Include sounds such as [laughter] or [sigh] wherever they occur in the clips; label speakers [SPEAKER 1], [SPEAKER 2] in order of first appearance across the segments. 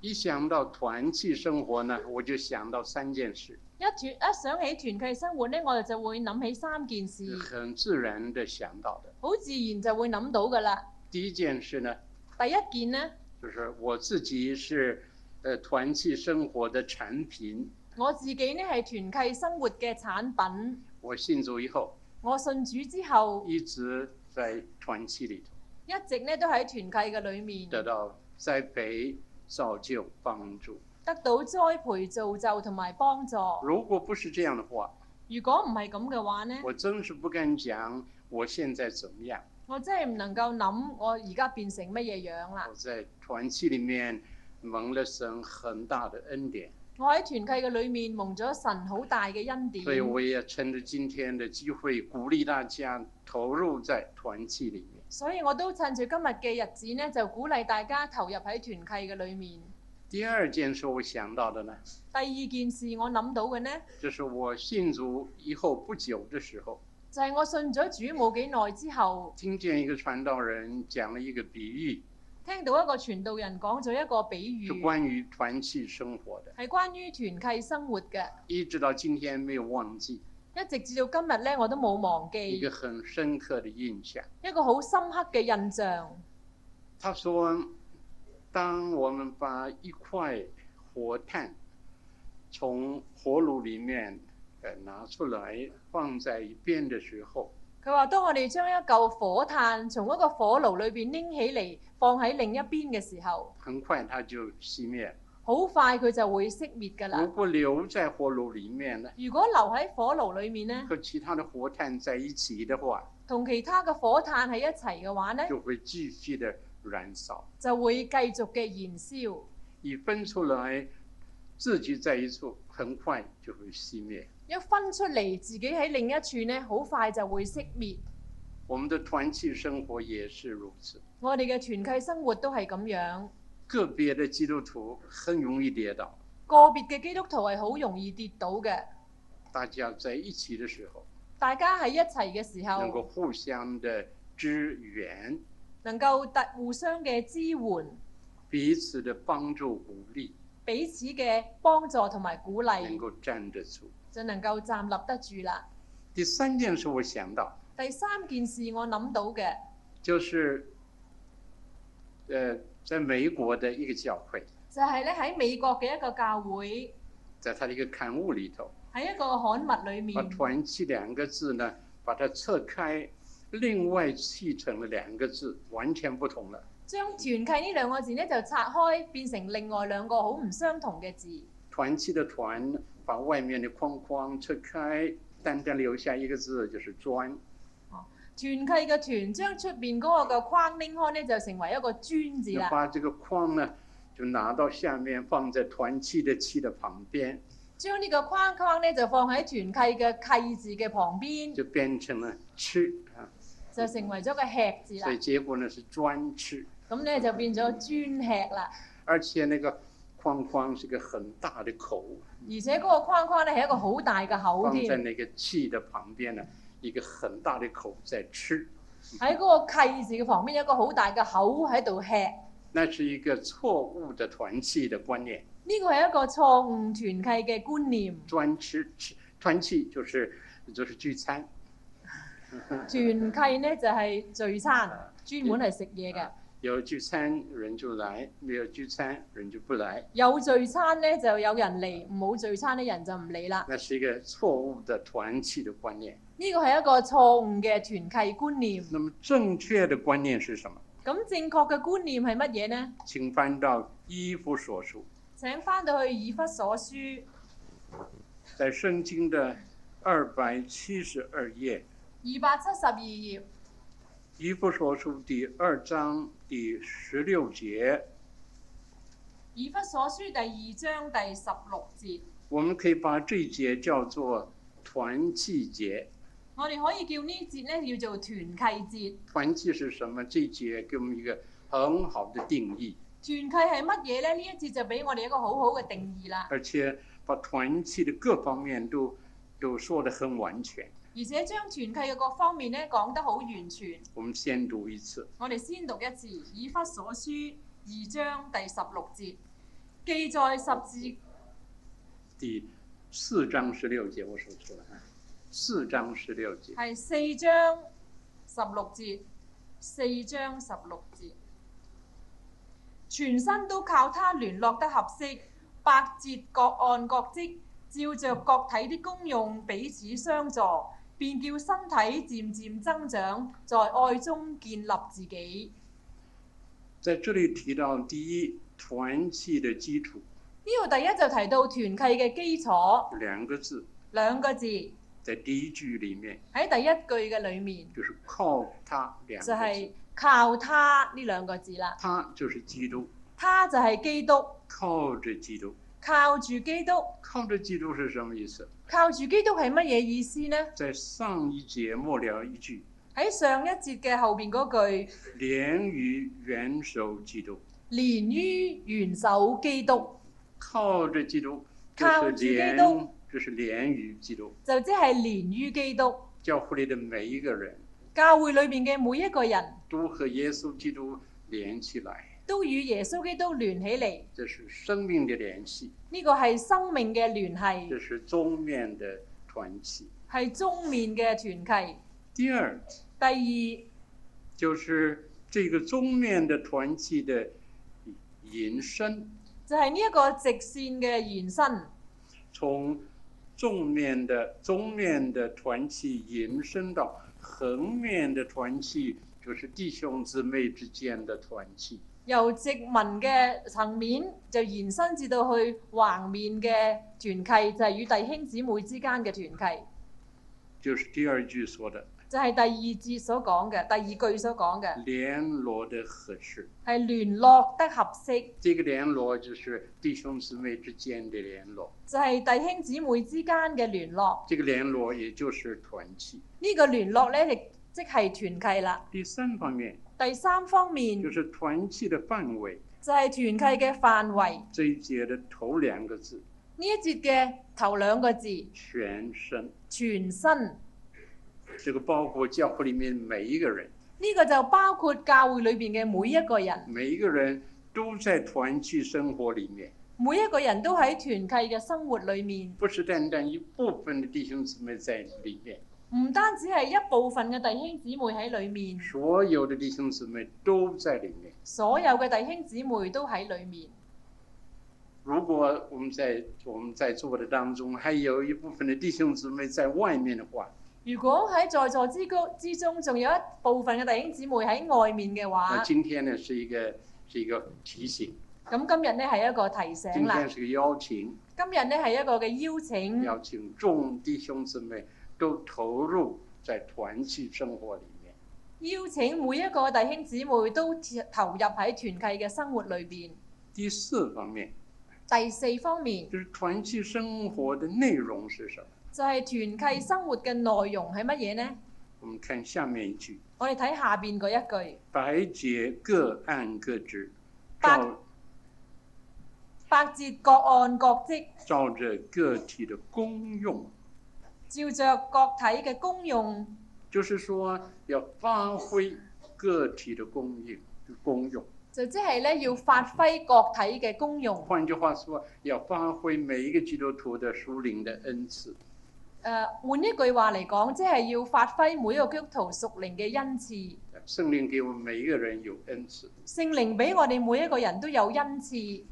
[SPEAKER 1] 一想到团契生活呢，我就想到三件事，
[SPEAKER 2] 一團一想起團契生活咧，我哋就會諗起三件
[SPEAKER 1] 是
[SPEAKER 2] 事，
[SPEAKER 1] 很自然的想到的。
[SPEAKER 2] 好自然就會諗到噶啦。
[SPEAKER 1] 第一件事呢，
[SPEAKER 2] 第一件呢，
[SPEAKER 1] 就是我自己是呃团契生活的产品。
[SPEAKER 2] 我自己呢係團契生活嘅產品。
[SPEAKER 1] 我信主以后
[SPEAKER 2] 我信主之後，
[SPEAKER 1] 一直在团契里头
[SPEAKER 2] 一直咧都喺團契嘅裏面
[SPEAKER 1] 得到栽培、造就、帮助。
[SPEAKER 2] 得到栽培、造就同埋幫助。
[SPEAKER 1] 如果不是这样的话，
[SPEAKER 2] 如果唔係咁嘅話呢，
[SPEAKER 1] 我真是不敢讲我現在怎么样。
[SPEAKER 2] 我真係唔能夠諗我而家變成乜嘢樣啦
[SPEAKER 1] 我。在团契里面蒙了神很大的恩典，
[SPEAKER 2] 我喺團契嘅裏面蒙咗神好大嘅恩典，
[SPEAKER 1] 所以我也趁着今天的机会鼓励大家投入在团契里面。
[SPEAKER 2] 所以我都趁住今日嘅日子呢，就鼓勵大家投入喺團契嘅裏面。
[SPEAKER 1] 第二件事我想到的呢，
[SPEAKER 2] 第二件事我諗到嘅呢，
[SPEAKER 1] 就是我信主以后不久的时候，
[SPEAKER 2] 就係、我信咗主冇幾耐之後，
[SPEAKER 1] 听见一个传道人讲了一个比喻，
[SPEAKER 2] 聽到一個傳道人講咗一個比喻
[SPEAKER 1] 是，关於团契生活的，
[SPEAKER 2] 係關於團契生活嘅，
[SPEAKER 1] 一直到今天没有忘记，
[SPEAKER 2] 一直至到今日呢，我都冇忘
[SPEAKER 1] 一
[SPEAKER 2] 記
[SPEAKER 1] 个很深刻的印象。
[SPEAKER 2] 一個好深刻嘅印象。
[SPEAKER 1] 他说，当我们把一块火炭从火炉里面呃拿出来放在一边的时候，
[SPEAKER 2] 佢話：當我哋將一嚿火炭從一個火爐裏邊拎起嚟，放喺另一邊嘅時候，
[SPEAKER 1] 很快它就熄灭了。
[SPEAKER 2] 好快佢就會熄滅㗎
[SPEAKER 1] 如
[SPEAKER 2] 啦。
[SPEAKER 1] 果留在火炉里面呢，
[SPEAKER 2] 如果留喺火爐裏面呢，
[SPEAKER 1] 和其他的火炭在一起的话，
[SPEAKER 2] 同其他嘅火炭喺一齊嘅話呢，
[SPEAKER 1] 就會继续的燃烧。
[SPEAKER 2] 就會繼續嘅燃燒。
[SPEAKER 1] 一分出来，自己在一处，很快就会熄灭。
[SPEAKER 2] 一分出嚟，自己喺另一處呢，好快就會熄滅。
[SPEAKER 1] 我们的团契生活也是如此。
[SPEAKER 2] 我哋嘅團契生活都係咁樣，
[SPEAKER 1] 个别的基督徒很容易跌倒，
[SPEAKER 2] 個別嘅基督徒係好容易跌倒嘅。
[SPEAKER 1] 大家在一起的时候，
[SPEAKER 2] 大家喺一齊嘅時
[SPEAKER 1] 能够
[SPEAKER 2] 候，
[SPEAKER 1] 互相的支援，
[SPEAKER 2] 能夠突互相嘅支援。
[SPEAKER 1] 彼此的帮助鼓励，
[SPEAKER 2] 彼此嘅幫助同埋鼓
[SPEAKER 1] 能
[SPEAKER 2] 勵，
[SPEAKER 1] 够站得住。
[SPEAKER 2] 就能夠站立得住啦。
[SPEAKER 1] 第三件事我想到
[SPEAKER 2] 第三件事我諗到嘅
[SPEAKER 1] 就是，呃，在美国的一个教会，
[SPEAKER 2] 就係咧喺美國嘅一個教會
[SPEAKER 1] 在他的一个刊物里头，
[SPEAKER 2] 喺一個刊物裏
[SPEAKER 1] 把“
[SPEAKER 2] 面
[SPEAKER 1] 团契”两个字呢，把它撤开，另外砌成了两个字，完全不同了。
[SPEAKER 2] 將團契呢兩個字咧就拆開變成另外兩個好唔相同嘅字。
[SPEAKER 1] 团契的“团”把外面的框框撤开，单单留下一个字，就是“砖”。
[SPEAKER 2] 團契嘅團將出邊嗰個嘅框拎開咧就成為一個磚字
[SPEAKER 1] 那
[SPEAKER 2] 啦。
[SPEAKER 1] 把这个框呢，就拿到下面，放在团契的契的旁边，
[SPEAKER 2] 將呢個框框咧就放喺團契嘅契字嘅旁邊，
[SPEAKER 1] 就变成了吃啊。
[SPEAKER 2] 就成為咗個吃字
[SPEAKER 1] 所以
[SPEAKER 2] 啦。
[SPEAKER 1] 结果呢是专吃，
[SPEAKER 2] 咁咧就變咗磚吃啦。
[SPEAKER 1] 而且那个框框是个很大的口，
[SPEAKER 2] 而且嗰個框框咧係一個好大嘅口
[SPEAKER 1] 放在
[SPEAKER 2] 添，
[SPEAKER 1] 那个气的旁边呢，一个很大的口在吃，
[SPEAKER 2] 喺嗰個契字嘅旁邊有一個好大嘅口喺度吃。呢
[SPEAKER 1] 那是一个错误的团契的观念。
[SPEAKER 2] 個係一個錯誤團契嘅觀念。
[SPEAKER 1] 专吃吃团契就是就是聚餐，
[SPEAKER 2] 團契呢就係、聚餐，專門係食嘢
[SPEAKER 1] 啊
[SPEAKER 2] 嘅。
[SPEAKER 1] 有聚餐人就来，没有聚餐人就不来。
[SPEAKER 2] 有聚餐呢就有人嚟，冇聚餐呢人就唔嚟啦。
[SPEAKER 1] 那是一个错誤的团契的观念。
[SPEAKER 2] 呢個係一個錯誤嘅團契觀念。
[SPEAKER 1] 那麼正確的觀念是什麼？
[SPEAKER 2] 咁正確嘅觀念係乜嘢呢？
[SPEAKER 1] 請翻到《一夫所書》，
[SPEAKER 2] 請翻到去以弗所書
[SPEAKER 1] 在聖經的二百七十二頁，《
[SPEAKER 2] 二百七十二頁，
[SPEAKER 1] 一夫所書》第二章第十六節，
[SPEAKER 2] 以弗所書第二章第十六節。
[SPEAKER 1] 我們可以把這一節叫做團契節。
[SPEAKER 2] 我哋可以叫呢節咧叫做團契節。
[SPEAKER 1] 團契是什麼？這一節給我們一個很好的定義，
[SPEAKER 2] 團契係乜嘢咧？呢一節就俾我哋一個好好嘅定義啦，
[SPEAKER 1] 而且把團契的各方面都都說得很完全。
[SPEAKER 2] 而且將團契嘅各方面咧講得好完全。
[SPEAKER 1] 我們先讀一次。
[SPEAKER 2] 我哋先讀一次《以弗所書》二章第十六節。記在十字
[SPEAKER 1] 第四章十六节，我说错了啊，四章十六节，
[SPEAKER 2] 係四章十六節，四章十六節，全身都靠他聯絡得合適，百節各按各職，照着各體的功用彼此相助，便叫身體漸漸增長，在愛中建立自己。
[SPEAKER 1] 在这里提到第一团契的基础
[SPEAKER 2] 呢度第一就提到團契嘅基礎
[SPEAKER 1] 两个字，
[SPEAKER 2] 兩個字喺
[SPEAKER 1] 在第一句里面
[SPEAKER 2] 第一句嘅裡面
[SPEAKER 1] 就是靠他两
[SPEAKER 2] 就
[SPEAKER 1] 个
[SPEAKER 2] 係
[SPEAKER 1] 字，
[SPEAKER 2] 靠他呢兩個字啦，
[SPEAKER 1] 他就是基督，
[SPEAKER 2] 他就係基督。
[SPEAKER 1] 靠着基督，
[SPEAKER 2] 靠住基督，
[SPEAKER 1] 靠着基督是什么意思？
[SPEAKER 2] 靠住基督係乜嘢意思呢？
[SPEAKER 1] 在上一节末了一句，
[SPEAKER 2] 喺上一節嘅後邊嗰句，
[SPEAKER 1] 连于元首基督，
[SPEAKER 2] 連於元首基督，
[SPEAKER 1] 靠着基督，这
[SPEAKER 2] 靠
[SPEAKER 1] 是
[SPEAKER 2] 着基督
[SPEAKER 1] 连，这是连于基督，
[SPEAKER 2] 就即係連於基督。
[SPEAKER 1] 教会里的每一个人
[SPEAKER 2] 教會裏面嘅每一個人
[SPEAKER 1] 都和耶稣基督连起来，
[SPEAKER 2] 都與耶穌基督聯起嚟，
[SPEAKER 1] 这是生命的联系，
[SPEAKER 2] 呢、個係生命嘅聯繫，
[SPEAKER 1] 这是中面的团契。
[SPEAKER 2] 係中面嘅團契。
[SPEAKER 1] 第二
[SPEAKER 2] 第二
[SPEAKER 1] 就是这个中面的团契的引申，
[SPEAKER 2] 就係呢一個直線嘅延伸，
[SPEAKER 1] 从纵面的中面的团契延伸到横面的团契，就是弟兄姊妹之间的团契。
[SPEAKER 2] 由殖民嘅層面就延伸至到去橫面嘅團契，就係、與弟兄姊妹之間嘅團契。
[SPEAKER 1] 就是第二句说的
[SPEAKER 2] 就係第二節所講嘅，第二句所講
[SPEAKER 1] 嗯
[SPEAKER 2] 嘅
[SPEAKER 1] 联络的合适，
[SPEAKER 2] 係聯絡得合適，
[SPEAKER 1] 这个联络就是弟兄姊妹之间的联络，
[SPEAKER 2] 就係、弟兄姊妹之間嘅聯絡。
[SPEAKER 1] 这个联絡也就是团契。
[SPEAKER 2] 呢、個聯絡呢，亦即係團契啦。
[SPEAKER 1] 第三方面
[SPEAKER 2] 第三方面
[SPEAKER 1] 就是团契的范围，
[SPEAKER 2] 就係團契嘅範圍。
[SPEAKER 1] 这一节的头两个字
[SPEAKER 2] 呢一節嘅頭兩個字
[SPEAKER 1] 全身，
[SPEAKER 2] 全身，呢、
[SPEAKER 1] 这个包括教会里面每一个人，
[SPEAKER 2] 個就包括教會裏邊嘅每一個人，
[SPEAKER 1] 每一个人都在团契生活里面，
[SPEAKER 2] 每一個人都喺團契嘅生活裏面，
[SPEAKER 1] 不是单单一部分的弟兄姊妹在里面，
[SPEAKER 2] 唔單止係一部分嘅弟兄姊妹喺裏面，
[SPEAKER 1] 所有的弟兄姊妹都在里面。
[SPEAKER 2] 所有嘅弟兄姊妹都喺裏面。
[SPEAKER 1] 如果我们在我们在座的当中还有一部分的弟兄姊妹在外面的话，
[SPEAKER 2] 如果喺在座之高之中，仲有一部分嘅弟兄姊妹喺外面嘅
[SPEAKER 1] 那
[SPEAKER 2] 話，
[SPEAKER 1] 今天呢是一个是一个提醒，
[SPEAKER 2] 咁今日呢係一個
[SPEAKER 1] 今
[SPEAKER 2] 提醒啦嗯
[SPEAKER 1] 天。是个邀請，
[SPEAKER 2] 今日呢係一個嘅邀請，
[SPEAKER 1] 邀請众弟兄姊妹都投入在团契生活里面。
[SPEAKER 2] 邀請每一個弟兄姊妹都投入喺團契嘅生活裏邊。
[SPEAKER 1] 第四方面
[SPEAKER 2] 第四方面
[SPEAKER 1] 就是团契生活的内容是什么？
[SPEAKER 2] 就係、團契生活嘅內容係乜嘢呢？
[SPEAKER 1] 我们看下面一句：
[SPEAKER 2] 我哋睇下邊嗰一句，
[SPEAKER 1] 白洁各按各职，
[SPEAKER 2] 白
[SPEAKER 1] 照
[SPEAKER 2] 百節各按各職，
[SPEAKER 1] 照着个体的功用，
[SPEAKER 2] 照着各體嘅功用，
[SPEAKER 1] 就是说要发挥个体的功用功用。
[SPEAKER 2] 就即係呢要發揮各體嘅功用。
[SPEAKER 1] 换句话说，要发挥每一个基督徒的属灵的恩赐。
[SPEAKER 2] 誒換呃一句話嚟講，即係要發揮每一個基督徒屬靈嘅恩賜。
[SPEAKER 1] 圣灵给我们每一个人有恩赐，
[SPEAKER 2] 聖靈俾我哋每一個人都有恩賜，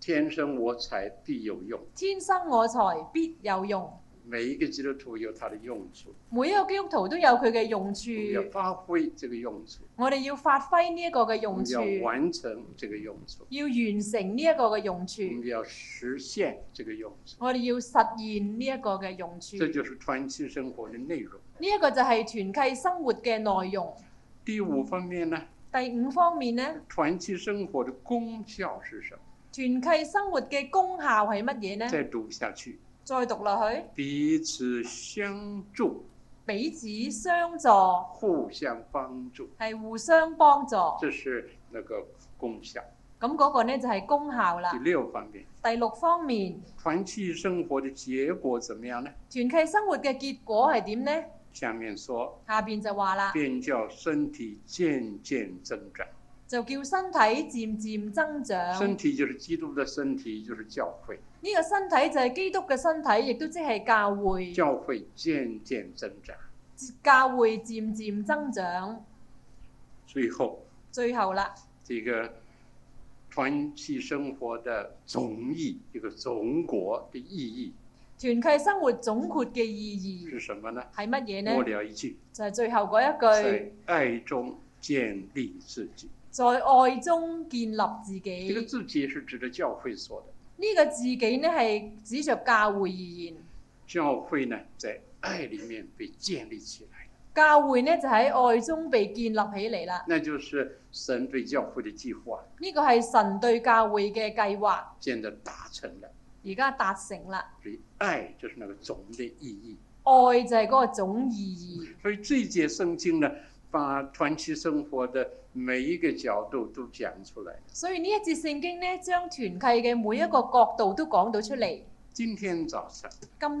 [SPEAKER 1] 天生我材必有用。
[SPEAKER 2] 天生我材必有用。
[SPEAKER 1] 每一个基督徒有他的用处，
[SPEAKER 2] 每一個基督徒都有佢嘅用
[SPEAKER 1] 我们要
[SPEAKER 2] 處，
[SPEAKER 1] 发挥这个用處。
[SPEAKER 2] 我哋要發揮呢一個嘅
[SPEAKER 1] 我
[SPEAKER 2] 用
[SPEAKER 1] 们要
[SPEAKER 2] 處，
[SPEAKER 1] 完成这个用处，
[SPEAKER 2] 要完成呢一個嘅用
[SPEAKER 1] 我
[SPEAKER 2] 處，
[SPEAKER 1] 们要实现这个用处，
[SPEAKER 2] 我哋要實現呢一個嘅用處。
[SPEAKER 1] 这就是团契生活的内容。
[SPEAKER 2] 呢一個就係團契生活嘅內容。
[SPEAKER 1] 第五方面呢，
[SPEAKER 2] 第五方面呢，
[SPEAKER 1] 团契生活的功效是什么？
[SPEAKER 2] 團契生活嘅功效係乜嘢呢？
[SPEAKER 1] 再读下去，
[SPEAKER 2] 再讀落去，
[SPEAKER 1] 彼此相助，
[SPEAKER 2] 彼此相助。
[SPEAKER 1] 互相帮助，
[SPEAKER 2] 係互相幫助。咁
[SPEAKER 1] 这是那个功效。
[SPEAKER 2] 嗰個呢就係功效
[SPEAKER 1] 第
[SPEAKER 2] 啦。
[SPEAKER 1] 六方面，
[SPEAKER 2] 第六方面，
[SPEAKER 1] 团契生活的结果怎么样呢？
[SPEAKER 2] 團契生活嘅結果係點呢？
[SPEAKER 1] 下面说，
[SPEAKER 2] 啊下邊就話啦，
[SPEAKER 1] 便叫身体渐渐增长。
[SPEAKER 2] 就叫身體漸漸增長。
[SPEAKER 1] 身体就是基督的身體，就是教会，
[SPEAKER 2] 呢個身體就係基督嘅身體，亦都即係教會。
[SPEAKER 1] 教会渐渐增长，
[SPEAKER 2] 教會漸漸增長，
[SPEAKER 1] 最后
[SPEAKER 2] 最後啦，
[SPEAKER 1] 这个团契生活的总意，这个总国的意义
[SPEAKER 2] 團契生活總括嘅意
[SPEAKER 1] 是
[SPEAKER 2] 義
[SPEAKER 1] 什么呢？
[SPEAKER 2] 係乜嘢
[SPEAKER 1] 末
[SPEAKER 2] 呢？
[SPEAKER 1] 了一句，
[SPEAKER 2] 就係最後嗰一句
[SPEAKER 1] 在，爱中建立自己，
[SPEAKER 2] 在愛中建立自己
[SPEAKER 1] 这。个自己是指着教会说的。
[SPEAKER 2] 呢個自己呢係指着教會而言，
[SPEAKER 1] 教会呢，在爱里面被建立起来，
[SPEAKER 2] 教會呢就喺愛中被建立起嚟啦。
[SPEAKER 1] 那就是神对教会的计划
[SPEAKER 2] 呢個係神對教會嘅計劃，
[SPEAKER 1] 建的达成了。
[SPEAKER 2] 而家達成啦。
[SPEAKER 1] 所以爱就是那个总的意义。
[SPEAKER 2] 愛就係嗰個總意義。
[SPEAKER 1] 所以这一节圣经呢，把团契生活的每一个角度都讲出来。
[SPEAKER 2] 所以呢一節聖經呢，將團契嘅每一個角度都講到出嚟。
[SPEAKER 1] 今天早上，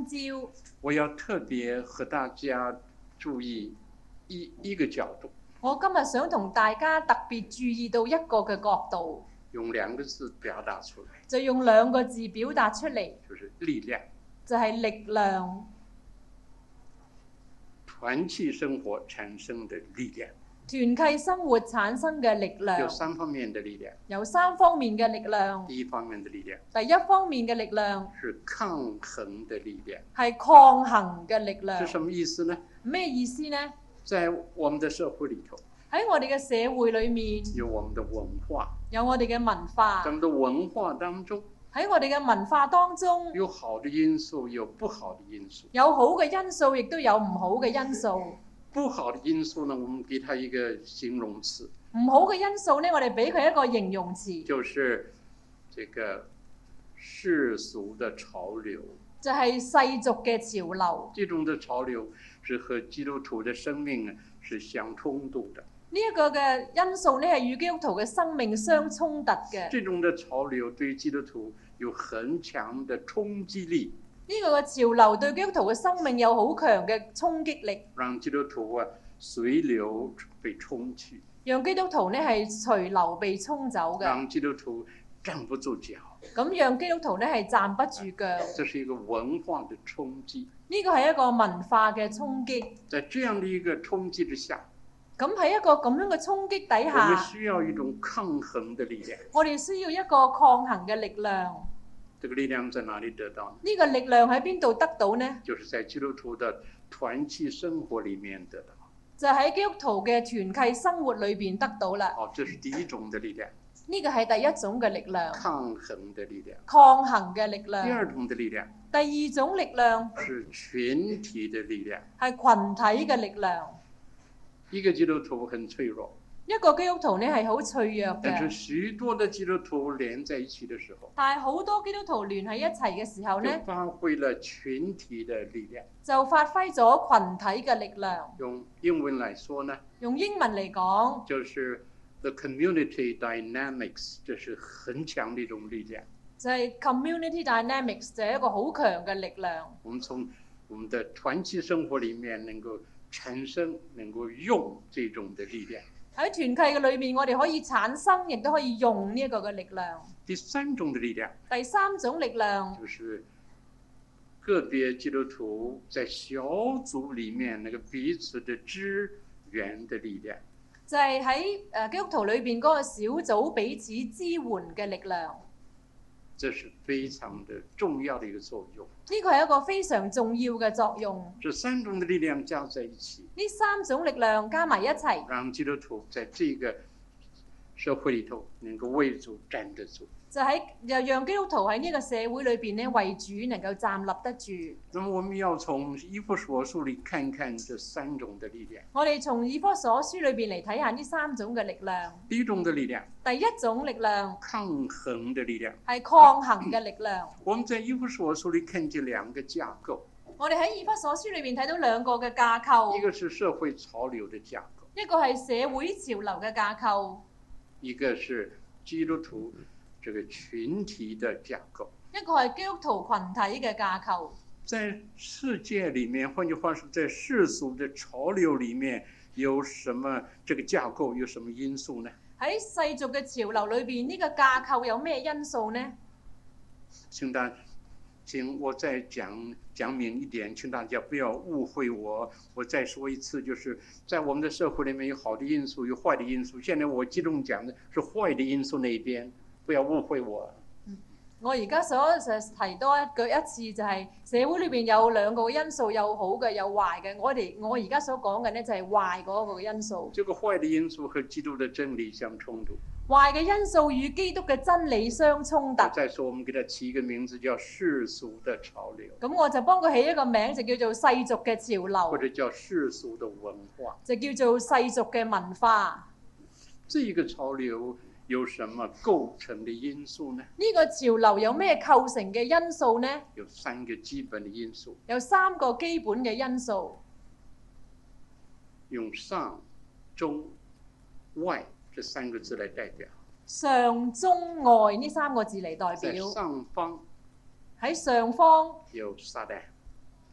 [SPEAKER 2] 今朝
[SPEAKER 1] 我要特别和大家注意一一个角度，
[SPEAKER 2] 我今日想同大家特別注意到一個嘅角度，
[SPEAKER 1] 用两个字表达出来，
[SPEAKER 2] 就用兩個字表達出嚟，
[SPEAKER 1] 就是力量。
[SPEAKER 2] 就係、力量。
[SPEAKER 1] 团契生活产生的力量
[SPEAKER 2] 團契生活產生嘅力
[SPEAKER 1] 有
[SPEAKER 2] 量
[SPEAKER 1] 三方面的力量，
[SPEAKER 2] 有三方面嘅力量。
[SPEAKER 1] 第一方面的力量
[SPEAKER 2] 第一方面嘅力量
[SPEAKER 1] 是抗衡的力量，
[SPEAKER 2] 係抗衡嘅力量
[SPEAKER 1] 是，什么意思呢？
[SPEAKER 2] 咩意思呢？
[SPEAKER 1] 在我们的社会里头，
[SPEAKER 2] 喺我哋嘅社會裏面，
[SPEAKER 1] 有我们的文化，
[SPEAKER 2] 有我哋嘅文化
[SPEAKER 1] 咱，们的文化当中
[SPEAKER 2] 喺我哋嘅文化當中，
[SPEAKER 1] 有好的因素，有不好的因素。
[SPEAKER 2] 有好嘅因素，亦都有唔好嘅因素。
[SPEAKER 1] 不好的因素呢，我们给它一个形容词，
[SPEAKER 2] 唔好嘅因素呢，我哋俾佢一個形容詞，
[SPEAKER 1] 就是这个世俗的潮流。
[SPEAKER 2] 就係、世俗嘅潮流。
[SPEAKER 1] 这种的潮流是和基督徒的生命呢是相冲突的。
[SPEAKER 2] 呢、一個嘅因素呢，係與基督徒嘅生命相衝突嘅。
[SPEAKER 1] 这种的潮流对基督徒有很强的冲击力，
[SPEAKER 2] 呢、個嘅潮流對基督徒嘅生命有好強嘅衝擊力，
[SPEAKER 1] 让基督徒啊随流被冲去，
[SPEAKER 2] 讓基督徒呢係隨流被沖走嘅。
[SPEAKER 1] 让基督徒站不住脚。
[SPEAKER 2] 咁讓基督徒咧係站不住腳，
[SPEAKER 1] 这是一個文化的冲击。
[SPEAKER 2] 呢個係一個文化嘅衝擊。
[SPEAKER 1] 在这样的一个冲击之下，
[SPEAKER 2] 咁喺一個咁樣嘅衝擊底
[SPEAKER 1] 我们
[SPEAKER 2] 下，
[SPEAKER 1] 需要一种抗衡的力量。
[SPEAKER 2] 我哋需要一個抗衡嘅力量。呢、
[SPEAKER 1] 这个力量在哪里得到呢？
[SPEAKER 2] 個力量喺邊度得到呢？
[SPEAKER 1] 就是在基督徒的团契生活里面得到。
[SPEAKER 2] 就喺基督徒嘅團契生活裏邊得到啦。
[SPEAKER 1] 哦好，这是第一种的力量，
[SPEAKER 2] 呢個係第一種嘅力量，
[SPEAKER 1] 抗衡的力量。
[SPEAKER 2] 抗衡嘅力
[SPEAKER 1] 第
[SPEAKER 2] 量。
[SPEAKER 1] 二种的力量
[SPEAKER 2] 第二種力量
[SPEAKER 1] 是群体的力量。
[SPEAKER 2] 係群體嘅力量。
[SPEAKER 1] 一个基督徒很脆弱，
[SPEAKER 2] 一個基督徒呢係好脆弱
[SPEAKER 1] 但是
[SPEAKER 2] 嘅，
[SPEAKER 1] 许多的基督徒连在一起的时候，
[SPEAKER 2] 但係好多基督徒聯喺一齊嘅時候呢
[SPEAKER 1] 就，发挥了群体的力量。
[SPEAKER 2] 就發揮咗群體嘅力量。
[SPEAKER 1] 用英文来说呢，
[SPEAKER 2] 用英文嚟講，
[SPEAKER 1] 就是 the community dynamics，这是很強的一种力量。
[SPEAKER 2] 就係、community dynamics 就係一個好強嘅力量。
[SPEAKER 1] 我们从我们的团契生活里面能够产生、能够用这种的力量。
[SPEAKER 2] 喺團契嘅裏面，我哋可以產生，亦都可以用呢一個嘅力量。
[SPEAKER 1] 第三种的力量
[SPEAKER 2] 第三種力量
[SPEAKER 1] 就是个别基督徒在小组里面那个彼此的支援的力量。
[SPEAKER 2] 就係喺誒基督徒裏邊嗰個小組彼此支援嘅力量。
[SPEAKER 1] 这是非常的重要的一个作用。
[SPEAKER 2] 呢個係一個非常重要嘅作用。
[SPEAKER 1] 这三种的力量加在一起，
[SPEAKER 2] 呢三種力量加埋一齊，
[SPEAKER 1] 让基督徒在这个社会里头能够为主站得住。
[SPEAKER 2] 就喺又讓基督徒喺呢個社會裏邊呢，為主能夠站立得住。
[SPEAKER 1] 那么我们要从一部所述里看看这三种的力量。
[SPEAKER 2] 我哋從以科所書裏邊嚟睇下呢三種嘅力量。
[SPEAKER 1] 第一种的力量，
[SPEAKER 2] 第一種力量
[SPEAKER 1] 抗衡的力量。
[SPEAKER 2] 係抗衡嘅力量。
[SPEAKER 1] 我们在一部所述里看见兩個架構，
[SPEAKER 2] 我哋喺以弗所書裏面睇到兩個嘅架
[SPEAKER 1] 一
[SPEAKER 2] 構，
[SPEAKER 1] 個是社會潮流的架構，
[SPEAKER 2] 一個係社會潮流嘅架構，
[SPEAKER 1] 一個是基督徒这个群體的架構。
[SPEAKER 2] 一個係基督徒群體嘅架構。
[SPEAKER 1] 在世界里面，换句话说，在世俗的潮流里面，有什么这个架构有什么因素呢？
[SPEAKER 2] 喺世俗嘅潮流裏邊，呢、個架構有咩因素呢？
[SPEAKER 1] 请大，请我再讲讲明一点，请大家不要误会我。我再说一次，就是在我们的社会里面有好的因素，有坏的因素。现在我激动讲的是坏的因素那一边，不要误会我。
[SPEAKER 2] 我而家想就提多一句一次，就係、社會裏邊有兩個因素，有好嘅，有壞嘅。我哋我而家所講嘅呢，就係壞嗰個因素，
[SPEAKER 1] 这个坏的因素和基督的真理相冲突。
[SPEAKER 2] 壞嘅因素與基督嘅真理相衝突
[SPEAKER 1] 我。再说，我们给它起一个名字叫世俗的潮流，
[SPEAKER 2] 咁我就幫佢起一個名，就叫做世俗嘅潮
[SPEAKER 1] 或
[SPEAKER 2] 流，
[SPEAKER 1] 者叫世俗的文化。
[SPEAKER 2] 就叫做世俗嘅文化。
[SPEAKER 1] 这一个潮流有什么构成的因素呢？
[SPEAKER 2] 呢、個潮流有咩構成嘅因素呢？
[SPEAKER 1] 有三个基本的因素，
[SPEAKER 2] 有三個基本嘅因素，
[SPEAKER 1] 用上、中、外这三个字来代表。
[SPEAKER 2] 上、中、外呢三個字嚟代
[SPEAKER 1] 在
[SPEAKER 2] 表。
[SPEAKER 1] 上方
[SPEAKER 2] 喺上方
[SPEAKER 1] 有撒旦，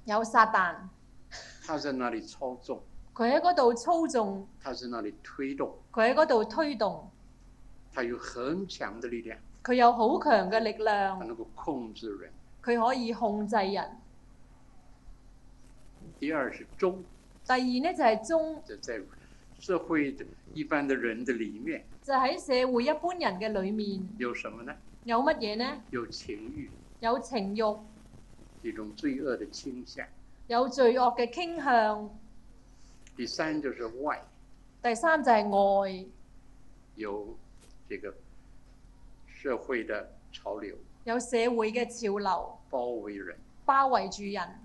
[SPEAKER 2] 有撒旦，
[SPEAKER 1] 他在那里操纵，
[SPEAKER 2] 佢喺嗰度操縱，
[SPEAKER 1] 他在那里推动，
[SPEAKER 2] 佢喺嗰度推動，
[SPEAKER 1] 他有很强的力量，
[SPEAKER 2] 佢有好強嘅力
[SPEAKER 1] 他
[SPEAKER 2] 量，
[SPEAKER 1] 能够控制人。
[SPEAKER 2] 佢可以控制人。
[SPEAKER 1] 第二是中，
[SPEAKER 2] 第二呢，就係、中，
[SPEAKER 1] 这在社会的一般的人的里面
[SPEAKER 2] 就喺、社會一般人嘅裏面
[SPEAKER 1] 有什么呢？
[SPEAKER 2] 有乜嘢呢？
[SPEAKER 1] 有情欲，
[SPEAKER 2] 有情慾。
[SPEAKER 1] 一种罪恶的倾向。
[SPEAKER 2] 有罪惡嘅傾向。
[SPEAKER 1] 第三就是外，
[SPEAKER 2] 第三就係愛，
[SPEAKER 1] 有这个社会的潮流
[SPEAKER 2] 有社會嘅潮流
[SPEAKER 1] 包围人，
[SPEAKER 2] 包圍住人，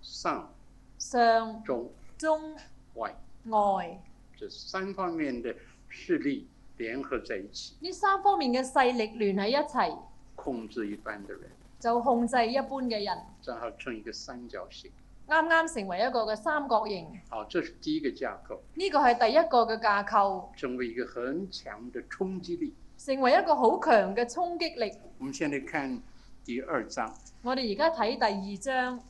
[SPEAKER 1] 上、
[SPEAKER 2] 上、
[SPEAKER 1] 中、
[SPEAKER 2] 中、
[SPEAKER 1] 外
[SPEAKER 2] 外
[SPEAKER 1] 这三方面的势力联合在一起，
[SPEAKER 2] 呢三方面嘅勢力聯喺一齊，
[SPEAKER 1] 控制一般的人，
[SPEAKER 2] 就控制一般嘅人，
[SPEAKER 1] 正好成一个三角形。
[SPEAKER 2] 啱啱成為一個嘅三角形。
[SPEAKER 1] 好，这是第一个架构，
[SPEAKER 2] 呢個係第一個嘅架構，
[SPEAKER 1] 成为一個很强的冲击力。
[SPEAKER 2] 成為一個好強嘅衝擊力。
[SPEAKER 1] 我们现在看第二章
[SPEAKER 2] 我哋而家睇第二章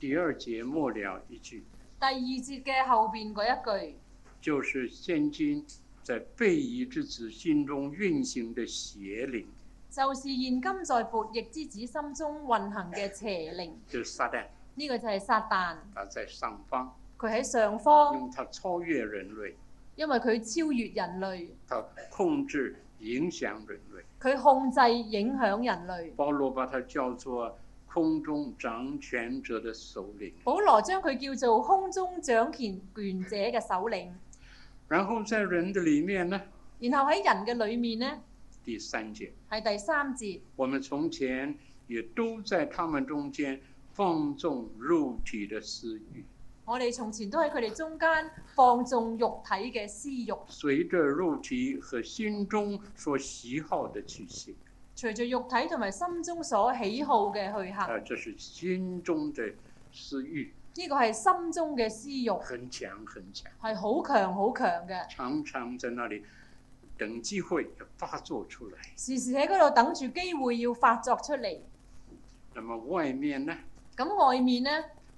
[SPEAKER 1] 第二节末了一句，
[SPEAKER 2] 第二節嘅後邊嗰一句，
[SPEAKER 1] 就是现今在被夷之子心中运行的邪灵，
[SPEAKER 2] 就是現今在悖逆之子心中運行嘅邪靈。
[SPEAKER 1] 就是撒旦，
[SPEAKER 2] 呢、個就係撒旦。
[SPEAKER 1] 他在上方。
[SPEAKER 2] 佢喺上方
[SPEAKER 1] 因，为它超越人类，
[SPEAKER 2] 因為佢超越人類，
[SPEAKER 1] 它控制、影响人类。
[SPEAKER 2] 佢控制影響人類。
[SPEAKER 1] 保罗把它叫做空中掌权者的首领。
[SPEAKER 2] 保羅將佢叫做空中掌權權者嘅首領。
[SPEAKER 1] 然后在人的里面呢，
[SPEAKER 2] 然後喺人嘅裏面呢，
[SPEAKER 1] 第三节，
[SPEAKER 2] 係第三節，
[SPEAKER 1] 我们从前也都在他们中间放纵肉体的私欲，
[SPEAKER 2] 我哋從前都喺佢哋中間放縱肉體嘅私欲，
[SPEAKER 1] 随着肉体和心中所喜好的去行。
[SPEAKER 2] 隨住肉體同埋心中所喜好嘅去
[SPEAKER 1] 啊、
[SPEAKER 2] 行。
[SPEAKER 1] 这是心中的私欲，
[SPEAKER 2] 呢個係心中嘅私欲，
[SPEAKER 1] 很强很强，
[SPEAKER 2] 係好強好強嘅，
[SPEAKER 1] 常常在那里等机会发作出来。
[SPEAKER 2] 時時喺嗰度等住機會要發作出嚟。
[SPEAKER 1] 那么外面呢？
[SPEAKER 2] 咁外面呢，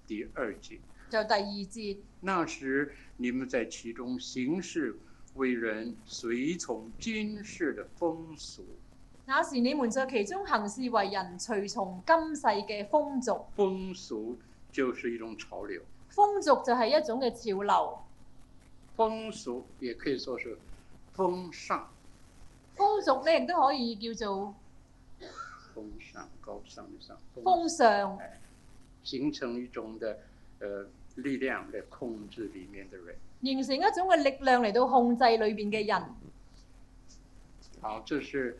[SPEAKER 1] 第二节，
[SPEAKER 2] 就第二節。
[SPEAKER 1] 那时你们在其中行事为人，随从今世的风俗，
[SPEAKER 2] 那時你們在其中行事為人，隨從今世嘅風俗。
[SPEAKER 1] 风俗就是一种潮流，
[SPEAKER 2] 風俗就係一種嘅潮流，
[SPEAKER 1] 风俗也可以说是风尚，
[SPEAKER 2] 風俗咧亦都可以叫做
[SPEAKER 1] 风尚高尚的尚，风
[SPEAKER 2] 風尚，
[SPEAKER 1] 形成一种的呃力量来控制里面的人。
[SPEAKER 2] 形成一種嘅力量嚟到控制裏邊嘅人。
[SPEAKER 1] 好，这是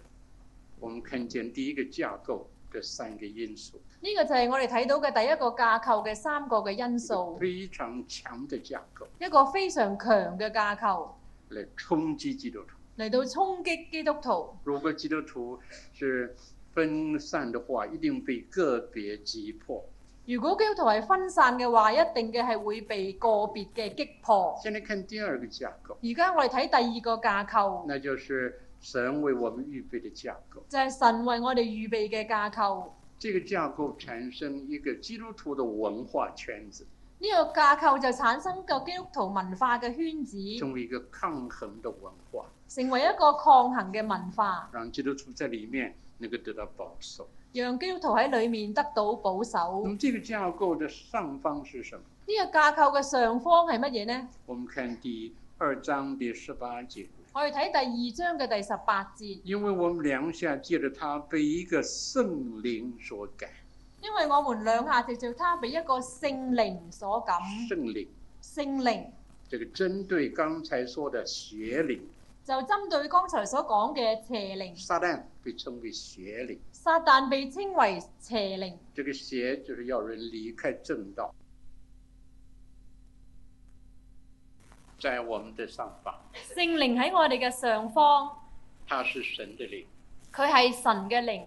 [SPEAKER 1] 我们看见第一个架构这三个因素，
[SPEAKER 2] 呢、個就係我哋睇到嘅第一個架構嘅三個嘅因
[SPEAKER 1] 一个
[SPEAKER 2] 素，
[SPEAKER 1] 非常强的架构
[SPEAKER 2] 一個非常強嘅架構
[SPEAKER 1] 来冲击基督徒。
[SPEAKER 2] 嚟到衝擊基督徒。
[SPEAKER 1] 如果基督徒是分散的话，一定被个别击破。
[SPEAKER 2] 如果基督徒係分散嘅話，一定嘅係會被個別嘅擊破。
[SPEAKER 1] 现在看第二个架构，
[SPEAKER 2] 而家我哋睇第二個架構，
[SPEAKER 1] 那就是神为我们预备的架构。
[SPEAKER 2] 就係、神為我哋預備嘅架構。
[SPEAKER 1] 这个架构产生一个基督徒的文化圈子，
[SPEAKER 2] Đây là một trường hợp của Giê-xu 呢、個架構就產生個基督徒文化嘅圈子，
[SPEAKER 1] 成为一个抗衡的文化，
[SPEAKER 2] 成為一個抗衡嘅文化，
[SPEAKER 1] 让基督徒在里面能够得到保守。
[SPEAKER 2] 讓基督徒喺裡面得到保守
[SPEAKER 1] 那。么这个架构的上方是什么？
[SPEAKER 2] 呢、個架構嘅上方係乜嘢呢？
[SPEAKER 1] 我们看第二章第十八节，
[SPEAKER 2] 我哋睇第二章嘅第十八節，
[SPEAKER 1] 因为我们良下借着他被一個聖靈所感，
[SPEAKER 2] 因為我們兩下直接他俾一個聖靈所感，
[SPEAKER 1] 聖靈
[SPEAKER 2] 聖靈
[SPEAKER 1] 这個針對剛才說的邪靈，
[SPEAKER 2] 就針對剛才所講嘅邪靈，
[SPEAKER 1] 撒旦被稱為邪靈。
[SPEAKER 2] 撒旦被稱為邪靈，
[SPEAKER 1] 这個邪就是要人離開正道，在我們的上方，
[SPEAKER 2] 聖靈喺我哋嘅上方，
[SPEAKER 1] 他是神的靈，
[SPEAKER 2] 佢係神嘅靈，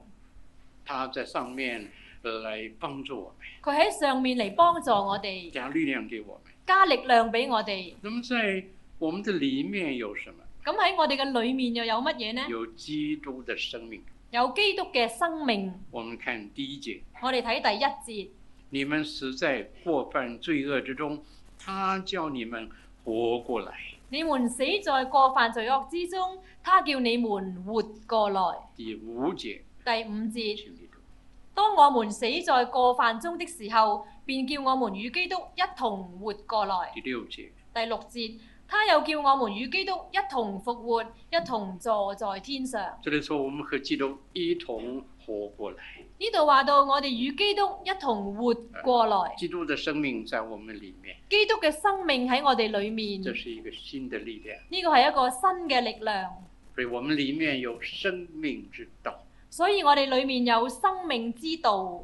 [SPEAKER 1] 他在上面來幫助我們，
[SPEAKER 2] 佢喺上面嚟幫助我哋，
[SPEAKER 1] 加力量給我們。
[SPEAKER 2] 加力量俾我哋。
[SPEAKER 1] 那麼在我們的裡面有什麼？
[SPEAKER 2] 咁喺我哋嘅裏面又有乜嘢呢？
[SPEAKER 1] 有基督的生命。
[SPEAKER 2] 有基督嘅生命。
[SPEAKER 1] 我們看第一節，
[SPEAKER 2] 我哋睇第一節，
[SPEAKER 1] 你們實在過犯罪惡之中，他叫你們活過來。
[SPEAKER 2] 你們死在過犯罪惡之中，他叫你們活過來。
[SPEAKER 1] 第五節，
[SPEAKER 2] 第五節，
[SPEAKER 1] 請你讀。
[SPEAKER 2] 當我們死在過犯中的時候，便叫我們與基督一同活過來。
[SPEAKER 1] 第六節，
[SPEAKER 2] 第六節，他又叫我們與基督一同復活，一同坐在天上。
[SPEAKER 1] 這裡說我們和基督一同活過來。
[SPEAKER 2] 呢度話到我哋與基督一同活過來，
[SPEAKER 1] 基督的生命在我們裡面，
[SPEAKER 2] 基督嘅生命喺我哋裏面，
[SPEAKER 1] 这是一個新的力量。
[SPEAKER 2] 呢個係一個新嘅力量。
[SPEAKER 1] 所以我們裡面有生命之道。
[SPEAKER 2] 所以我哋裏面有生命之道。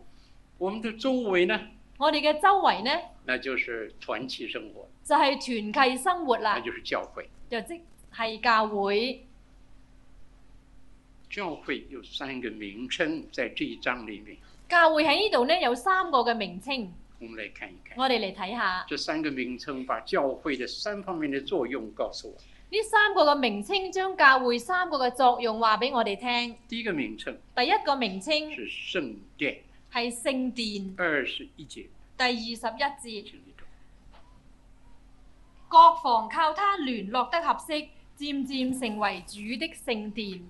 [SPEAKER 1] 我們的周圍呢，
[SPEAKER 2] 我哋嘅周圍呢，
[SPEAKER 1] 那就是團契生活，
[SPEAKER 2] 就係、團契生活
[SPEAKER 1] 那
[SPEAKER 2] 啦，
[SPEAKER 1] 就是教會。
[SPEAKER 2] 就即係教會。
[SPEAKER 1] 教會有三個名稱，在這一章裡面，
[SPEAKER 2] 教會喺呢度呢，有三個嘅名稱，
[SPEAKER 1] 我們來看一看。
[SPEAKER 2] 我哋嚟睇下
[SPEAKER 1] 这三個名稱把教會的三方面的作用告訴我。
[SPEAKER 2] 呢三個嘅名稱將教會三個嘅作用話俾我哋聽。
[SPEAKER 1] 第一個名稱
[SPEAKER 2] 第一個名稱
[SPEAKER 1] 是聖殿，
[SPEAKER 2] 係聖殿，
[SPEAKER 1] 二十一節，
[SPEAKER 2] 第二十一節，
[SPEAKER 1] 请你读。
[SPEAKER 2] 各房靠他聯絡得合適，漸漸成為主的聖殿。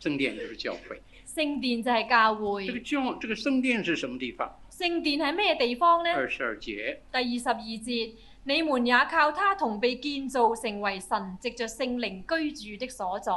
[SPEAKER 1] 聖殿就是教會。
[SPEAKER 2] 聖殿就係教
[SPEAKER 1] 這個
[SPEAKER 2] 會，
[SPEAKER 1] 教這個聖殿是什麼地方？
[SPEAKER 2] 聖殿係咩地方呢？
[SPEAKER 1] 二十二節，
[SPEAKER 2] 第二十二節，你們也靠他同被建造成為神藉着聖靈居住的所在。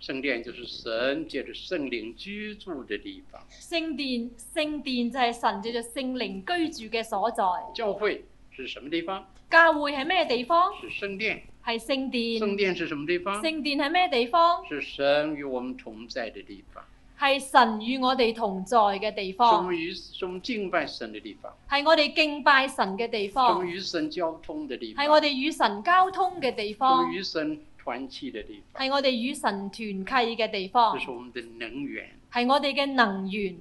[SPEAKER 1] 聖殿就是神借着聖靈居住的地方。
[SPEAKER 2] 聖殿，聖殿就係神藉着聖靈居住嘅所在。
[SPEAKER 1] 教會是什麼地方？
[SPEAKER 2] 教會係咩地方？
[SPEAKER 1] 是聖殿。
[SPEAKER 2] 係聖
[SPEAKER 1] 聖
[SPEAKER 2] 殿。
[SPEAKER 1] 殿是什麼地方？
[SPEAKER 2] 聖殿係咩地方？
[SPEAKER 1] 是神與我們同在的地方，
[SPEAKER 2] 係神與我哋同在嘅地
[SPEAKER 1] 是我
[SPEAKER 2] 方，
[SPEAKER 1] 們與是我們敬拜神的地方，
[SPEAKER 2] 係我哋敬拜神嘅地
[SPEAKER 1] 是我們
[SPEAKER 2] 方，
[SPEAKER 1] 與神交通的地方，
[SPEAKER 2] 哦係我哋與神交通嘅地
[SPEAKER 1] 我
[SPEAKER 2] 方
[SPEAKER 1] 們，與神團契的地方，
[SPEAKER 2] 係我哋與神團契嘅地方
[SPEAKER 1] 這，是我們的能源。
[SPEAKER 2] 係我哋嘅能源。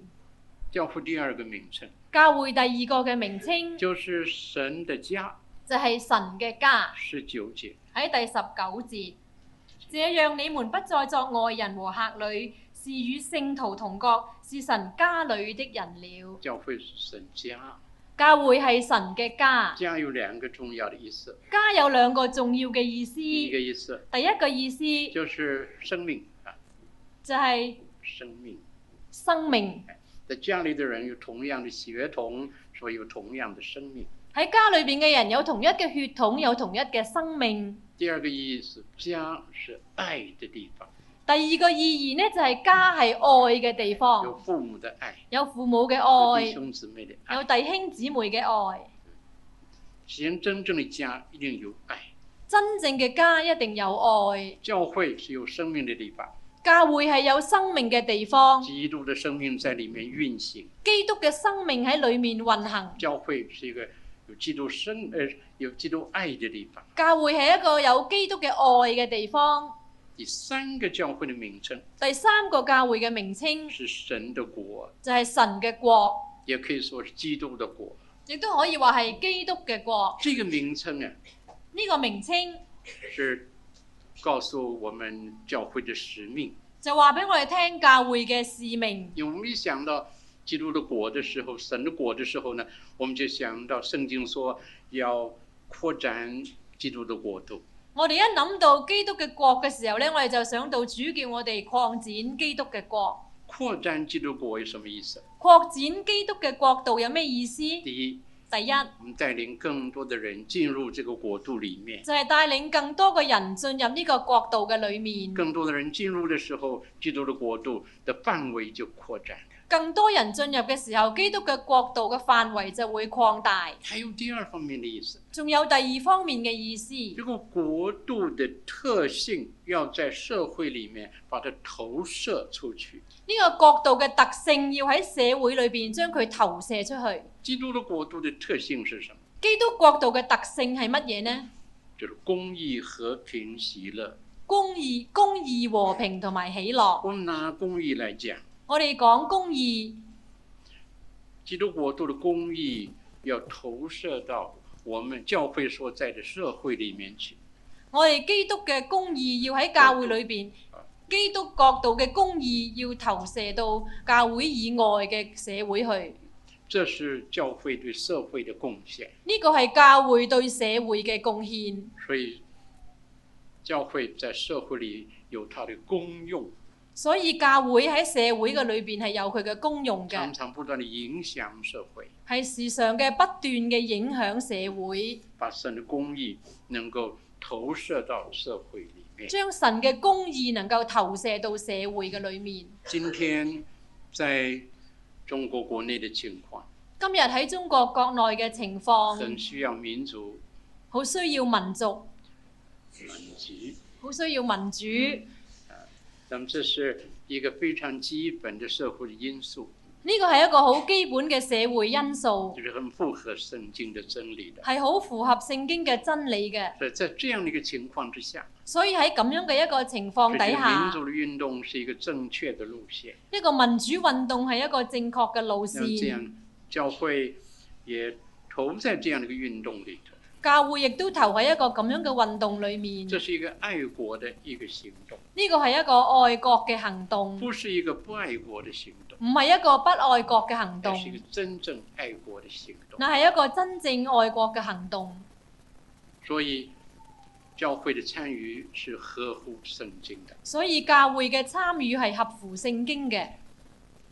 [SPEAKER 1] 教父第二個名稱
[SPEAKER 2] 教會第二個嘅名稱
[SPEAKER 1] 就是神的家，
[SPEAKER 2] 就係神嘅家。
[SPEAKER 1] 十九節。
[SPEAKER 2] 喺第十九節，這樣你們不再作外人和客旅，是與聖徒同國，是神家裏的人了。
[SPEAKER 1] 教會是神家，
[SPEAKER 2] 教會係神嘅家，
[SPEAKER 1] 家有兩個重要的意思，
[SPEAKER 2] 家有兩個重要嘅意思。
[SPEAKER 1] 第一個
[SPEAKER 2] 第
[SPEAKER 1] 意思
[SPEAKER 2] 一個意思
[SPEAKER 1] 就是生命啊，
[SPEAKER 2] 就係
[SPEAKER 1] 生命。
[SPEAKER 2] 生命，
[SPEAKER 1] 在家裡的人有同樣的血統，所以有同樣的生命。
[SPEAKER 2] 喺家裏邊嘅人有同一嘅血統，有同一嘅生命。
[SPEAKER 1] 第二個意思，家是愛的地方，
[SPEAKER 2] 第二個意義呢，就係、家係愛嘅地
[SPEAKER 1] 有
[SPEAKER 2] 方，
[SPEAKER 1] 父母的愛，
[SPEAKER 2] 有父母嘅
[SPEAKER 1] 有
[SPEAKER 2] 愛，
[SPEAKER 1] 弟兄姊妹的
[SPEAKER 2] 有
[SPEAKER 1] 愛。
[SPEAKER 2] 弟兄姊妹嘅愛。
[SPEAKER 1] 其人真正的家一定有愛。
[SPEAKER 2] 真正嘅家一定有愛。
[SPEAKER 1] 教會是有生命的地方，
[SPEAKER 2] 教會係有生命嘅地方，
[SPEAKER 1] 基督的生命在裡面運行。
[SPEAKER 2] 基督嘅生命喺裏面運行。
[SPEAKER 1] 教會是一個有基督生呃有基督愛的地方。
[SPEAKER 2] 教會係一個有基督嘅愛嘅地方。
[SPEAKER 1] 第三個教會的名稱
[SPEAKER 2] 第三個教會嘅名稱
[SPEAKER 1] 是神的國，
[SPEAKER 2] 就係神嘅國，
[SPEAKER 1] 也可以說是基督的國。
[SPEAKER 2] 亦都可以話係基督嘅國。
[SPEAKER 1] 這個名稱啊，
[SPEAKER 2] 呢、個名稱
[SPEAKER 1] 是告訴我們教會的使命。
[SPEAKER 2] 就話俾我哋聽教會嘅使命。
[SPEAKER 1] 因為我們一想到基督的果的时候，神的果的时候呢，我们就想到圣经说要扩展基督的国度。
[SPEAKER 2] 我哋一諗到基督嘅國嘅時候呢，我哋就想到主叫我哋擴展基督嘅國。
[SPEAKER 1] 扩展基督国有什么意思？
[SPEAKER 2] 擴展基督嘅國度有咩意思？第
[SPEAKER 1] 第一，
[SPEAKER 2] 一
[SPEAKER 1] 我们带领更多的人進入这个国度里面。
[SPEAKER 2] 就係帶領更多嘅人進入呢個國度嘅裏面，
[SPEAKER 1] 更多的人进入的时候，基督的国度的范围就扩展了。
[SPEAKER 2] 更多人進入嘅時候，基督嘅國度嘅範圍就會擴大。
[SPEAKER 1] 还有第二方面的意思，
[SPEAKER 2] 仲有第二方面嘅意思，
[SPEAKER 1] 这个国度的特性要在社会里面把它投射出去。
[SPEAKER 2] 呢、個國度嘅特性要喺社會裏邊將佢投射出去。
[SPEAKER 1] 基督的国度的特性是什么？
[SPEAKER 2] 基督國度嘅特性係乜嘢呢？
[SPEAKER 1] 就是公义、和平、喜乐。
[SPEAKER 2] 公義、公義、和平同埋喜樂。
[SPEAKER 1] 我们拿公义来讲，
[SPEAKER 2] 我哋講公義，
[SPEAKER 1] 基督国度的公义要投射到我们教会所在的社会里面去。
[SPEAKER 2] 我哋基督嘅公義要喺教會裏邊，基督國度嘅公義要投射到教會以外嘅社會去。
[SPEAKER 1] 这是教会对社会的贡献。
[SPEAKER 2] 呢個係教會對社會嘅貢獻，
[SPEAKER 1] 所以，教会在社会里有它的功用，
[SPEAKER 2] 所以教會喺社會嘅裏邊係有佢嘅功用
[SPEAKER 1] 常
[SPEAKER 2] 嘅，
[SPEAKER 1] 常不断的影响社会，
[SPEAKER 2] 係時常嘅不斷嘅影響社會，
[SPEAKER 1] 把神的公义能够投射到社会里面。
[SPEAKER 2] 將神嘅公義能夠投射到社會嘅裏面。
[SPEAKER 1] 今天，在中国国内的情况，
[SPEAKER 2] 今日喺中國國內嘅情況
[SPEAKER 1] 很，需要民族
[SPEAKER 2] 好需要民族，
[SPEAKER 1] 反击。
[SPEAKER 2] 好需要民主，
[SPEAKER 1] 嗯
[SPEAKER 2] 呢
[SPEAKER 1] 那么，这是一个非常基本的社会的因素，
[SPEAKER 2] 個係一個好基本嘅社會因素
[SPEAKER 1] 就，是很符合圣经的真理的。
[SPEAKER 2] 係好符合聖經嘅真理嘅。
[SPEAKER 1] 所以在这样的一个情况之下，
[SPEAKER 2] 所以喺咁樣嘅一個情況
[SPEAKER 1] 这
[SPEAKER 2] 底
[SPEAKER 1] 些民
[SPEAKER 2] 下，
[SPEAKER 1] 族的运动是一个正确的路线。
[SPEAKER 2] 一個民主運動係一個正確嘅路
[SPEAKER 1] 那这
[SPEAKER 2] 線，
[SPEAKER 1] 样，教会也投在这样的一个运动里头，
[SPEAKER 2] 教會亦都投喺一個咁樣嘅運動裡面。
[SPEAKER 1] 这是一个爱国的一个行动，
[SPEAKER 2] 呢個係一個愛國嘅行動，
[SPEAKER 1] 不是一个不爱国的行動，
[SPEAKER 2] 唔係一個不愛國嘅行
[SPEAKER 1] 而是一个
[SPEAKER 2] 動，
[SPEAKER 1] 真正爱国的行動。
[SPEAKER 2] 那係一個真正愛國嘅行動。
[SPEAKER 1] 所以，教会的参与是合乎圣经的。
[SPEAKER 2] 所以教會嘅參與係合乎聖經嘅。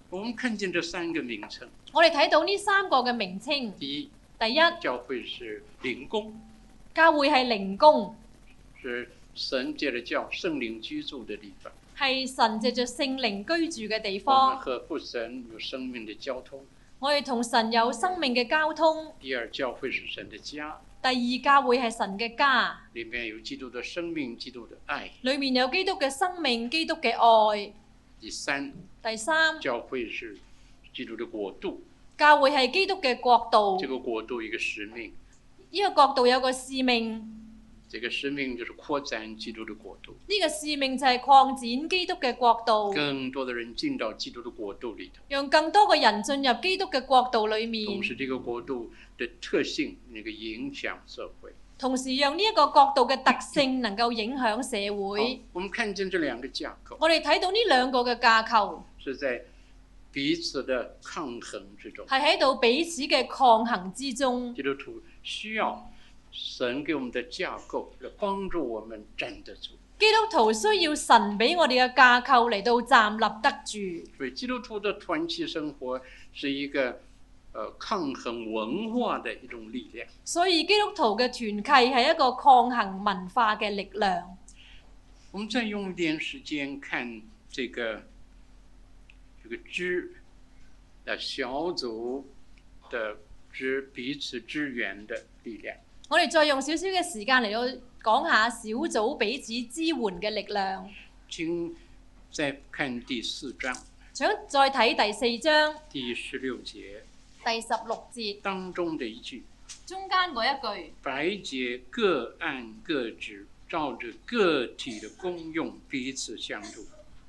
[SPEAKER 1] 我们看见这三个名称：
[SPEAKER 2] 我哋睇到呢三個嘅名稱，
[SPEAKER 1] 第一，
[SPEAKER 2] 第一，
[SPEAKER 1] 教会是灵宫，
[SPEAKER 2] 教會係靈宮，
[SPEAKER 1] 是神借着教圣灵居住的地方，
[SPEAKER 2] 係神藉着聖靈居住嘅地
[SPEAKER 1] 我们
[SPEAKER 2] 方。
[SPEAKER 1] 和父神有生命的交通；
[SPEAKER 2] 我哋同神有生命嘅交通。
[SPEAKER 1] 第二，教会是神的家，
[SPEAKER 2] 第二，教會係神嘅家，
[SPEAKER 1] 里面有基督的生命、基督的爱。
[SPEAKER 2] 裡面有基督嘅生命、基督嘅愛。
[SPEAKER 1] 第三，
[SPEAKER 2] 第三，
[SPEAKER 1] 教会是基督的国度，
[SPEAKER 2] 教會係基督嘅國度
[SPEAKER 1] 这，个国度一个使命，
[SPEAKER 2] 呢、個國度有個使命。
[SPEAKER 1] 这个使命就是扩展基督的国度，
[SPEAKER 2] 呢個使命就係擴展基督嘅國度，
[SPEAKER 1] 更多的人进到基督的国度里头。
[SPEAKER 2] 讓更多嘅人進入基督嘅國度裏面
[SPEAKER 1] 同，时，这个国度的特性那个影响社会。
[SPEAKER 2] 同時讓呢一個國度嘅特性能夠影響社會
[SPEAKER 1] 好。我们看见这两个架构
[SPEAKER 2] 我哋睇到呢兩個嘅架構
[SPEAKER 1] 是在彼此的抗衡之中。
[SPEAKER 2] 係喺度彼此嘅抗衡之中，
[SPEAKER 1] 基督徒需要神给我们的架构来帮助我们站得住，
[SPEAKER 2] 基督徒需要神俾我哋嘅架構嚟到站立得住。
[SPEAKER 1] 所以基督徒的团契生活是一个呃抗衡文化的一种力量。
[SPEAKER 2] 所以基督徒嘅團契係一個抗衡文化嘅力量。
[SPEAKER 1] 我们再用一点时间看这个这个知呃小组的知彼此支援的力量。
[SPEAKER 2] 我哋再用少少嘅時間嚟到講下小組彼此支援嘅力量。
[SPEAKER 1] 请再看第四章
[SPEAKER 2] 想再睇第四章
[SPEAKER 1] 第十六节
[SPEAKER 2] 第十六節
[SPEAKER 1] 当中的一句
[SPEAKER 2] 中間嗰一句：
[SPEAKER 1] 白洁各按各职，照着个体的功用彼此相助。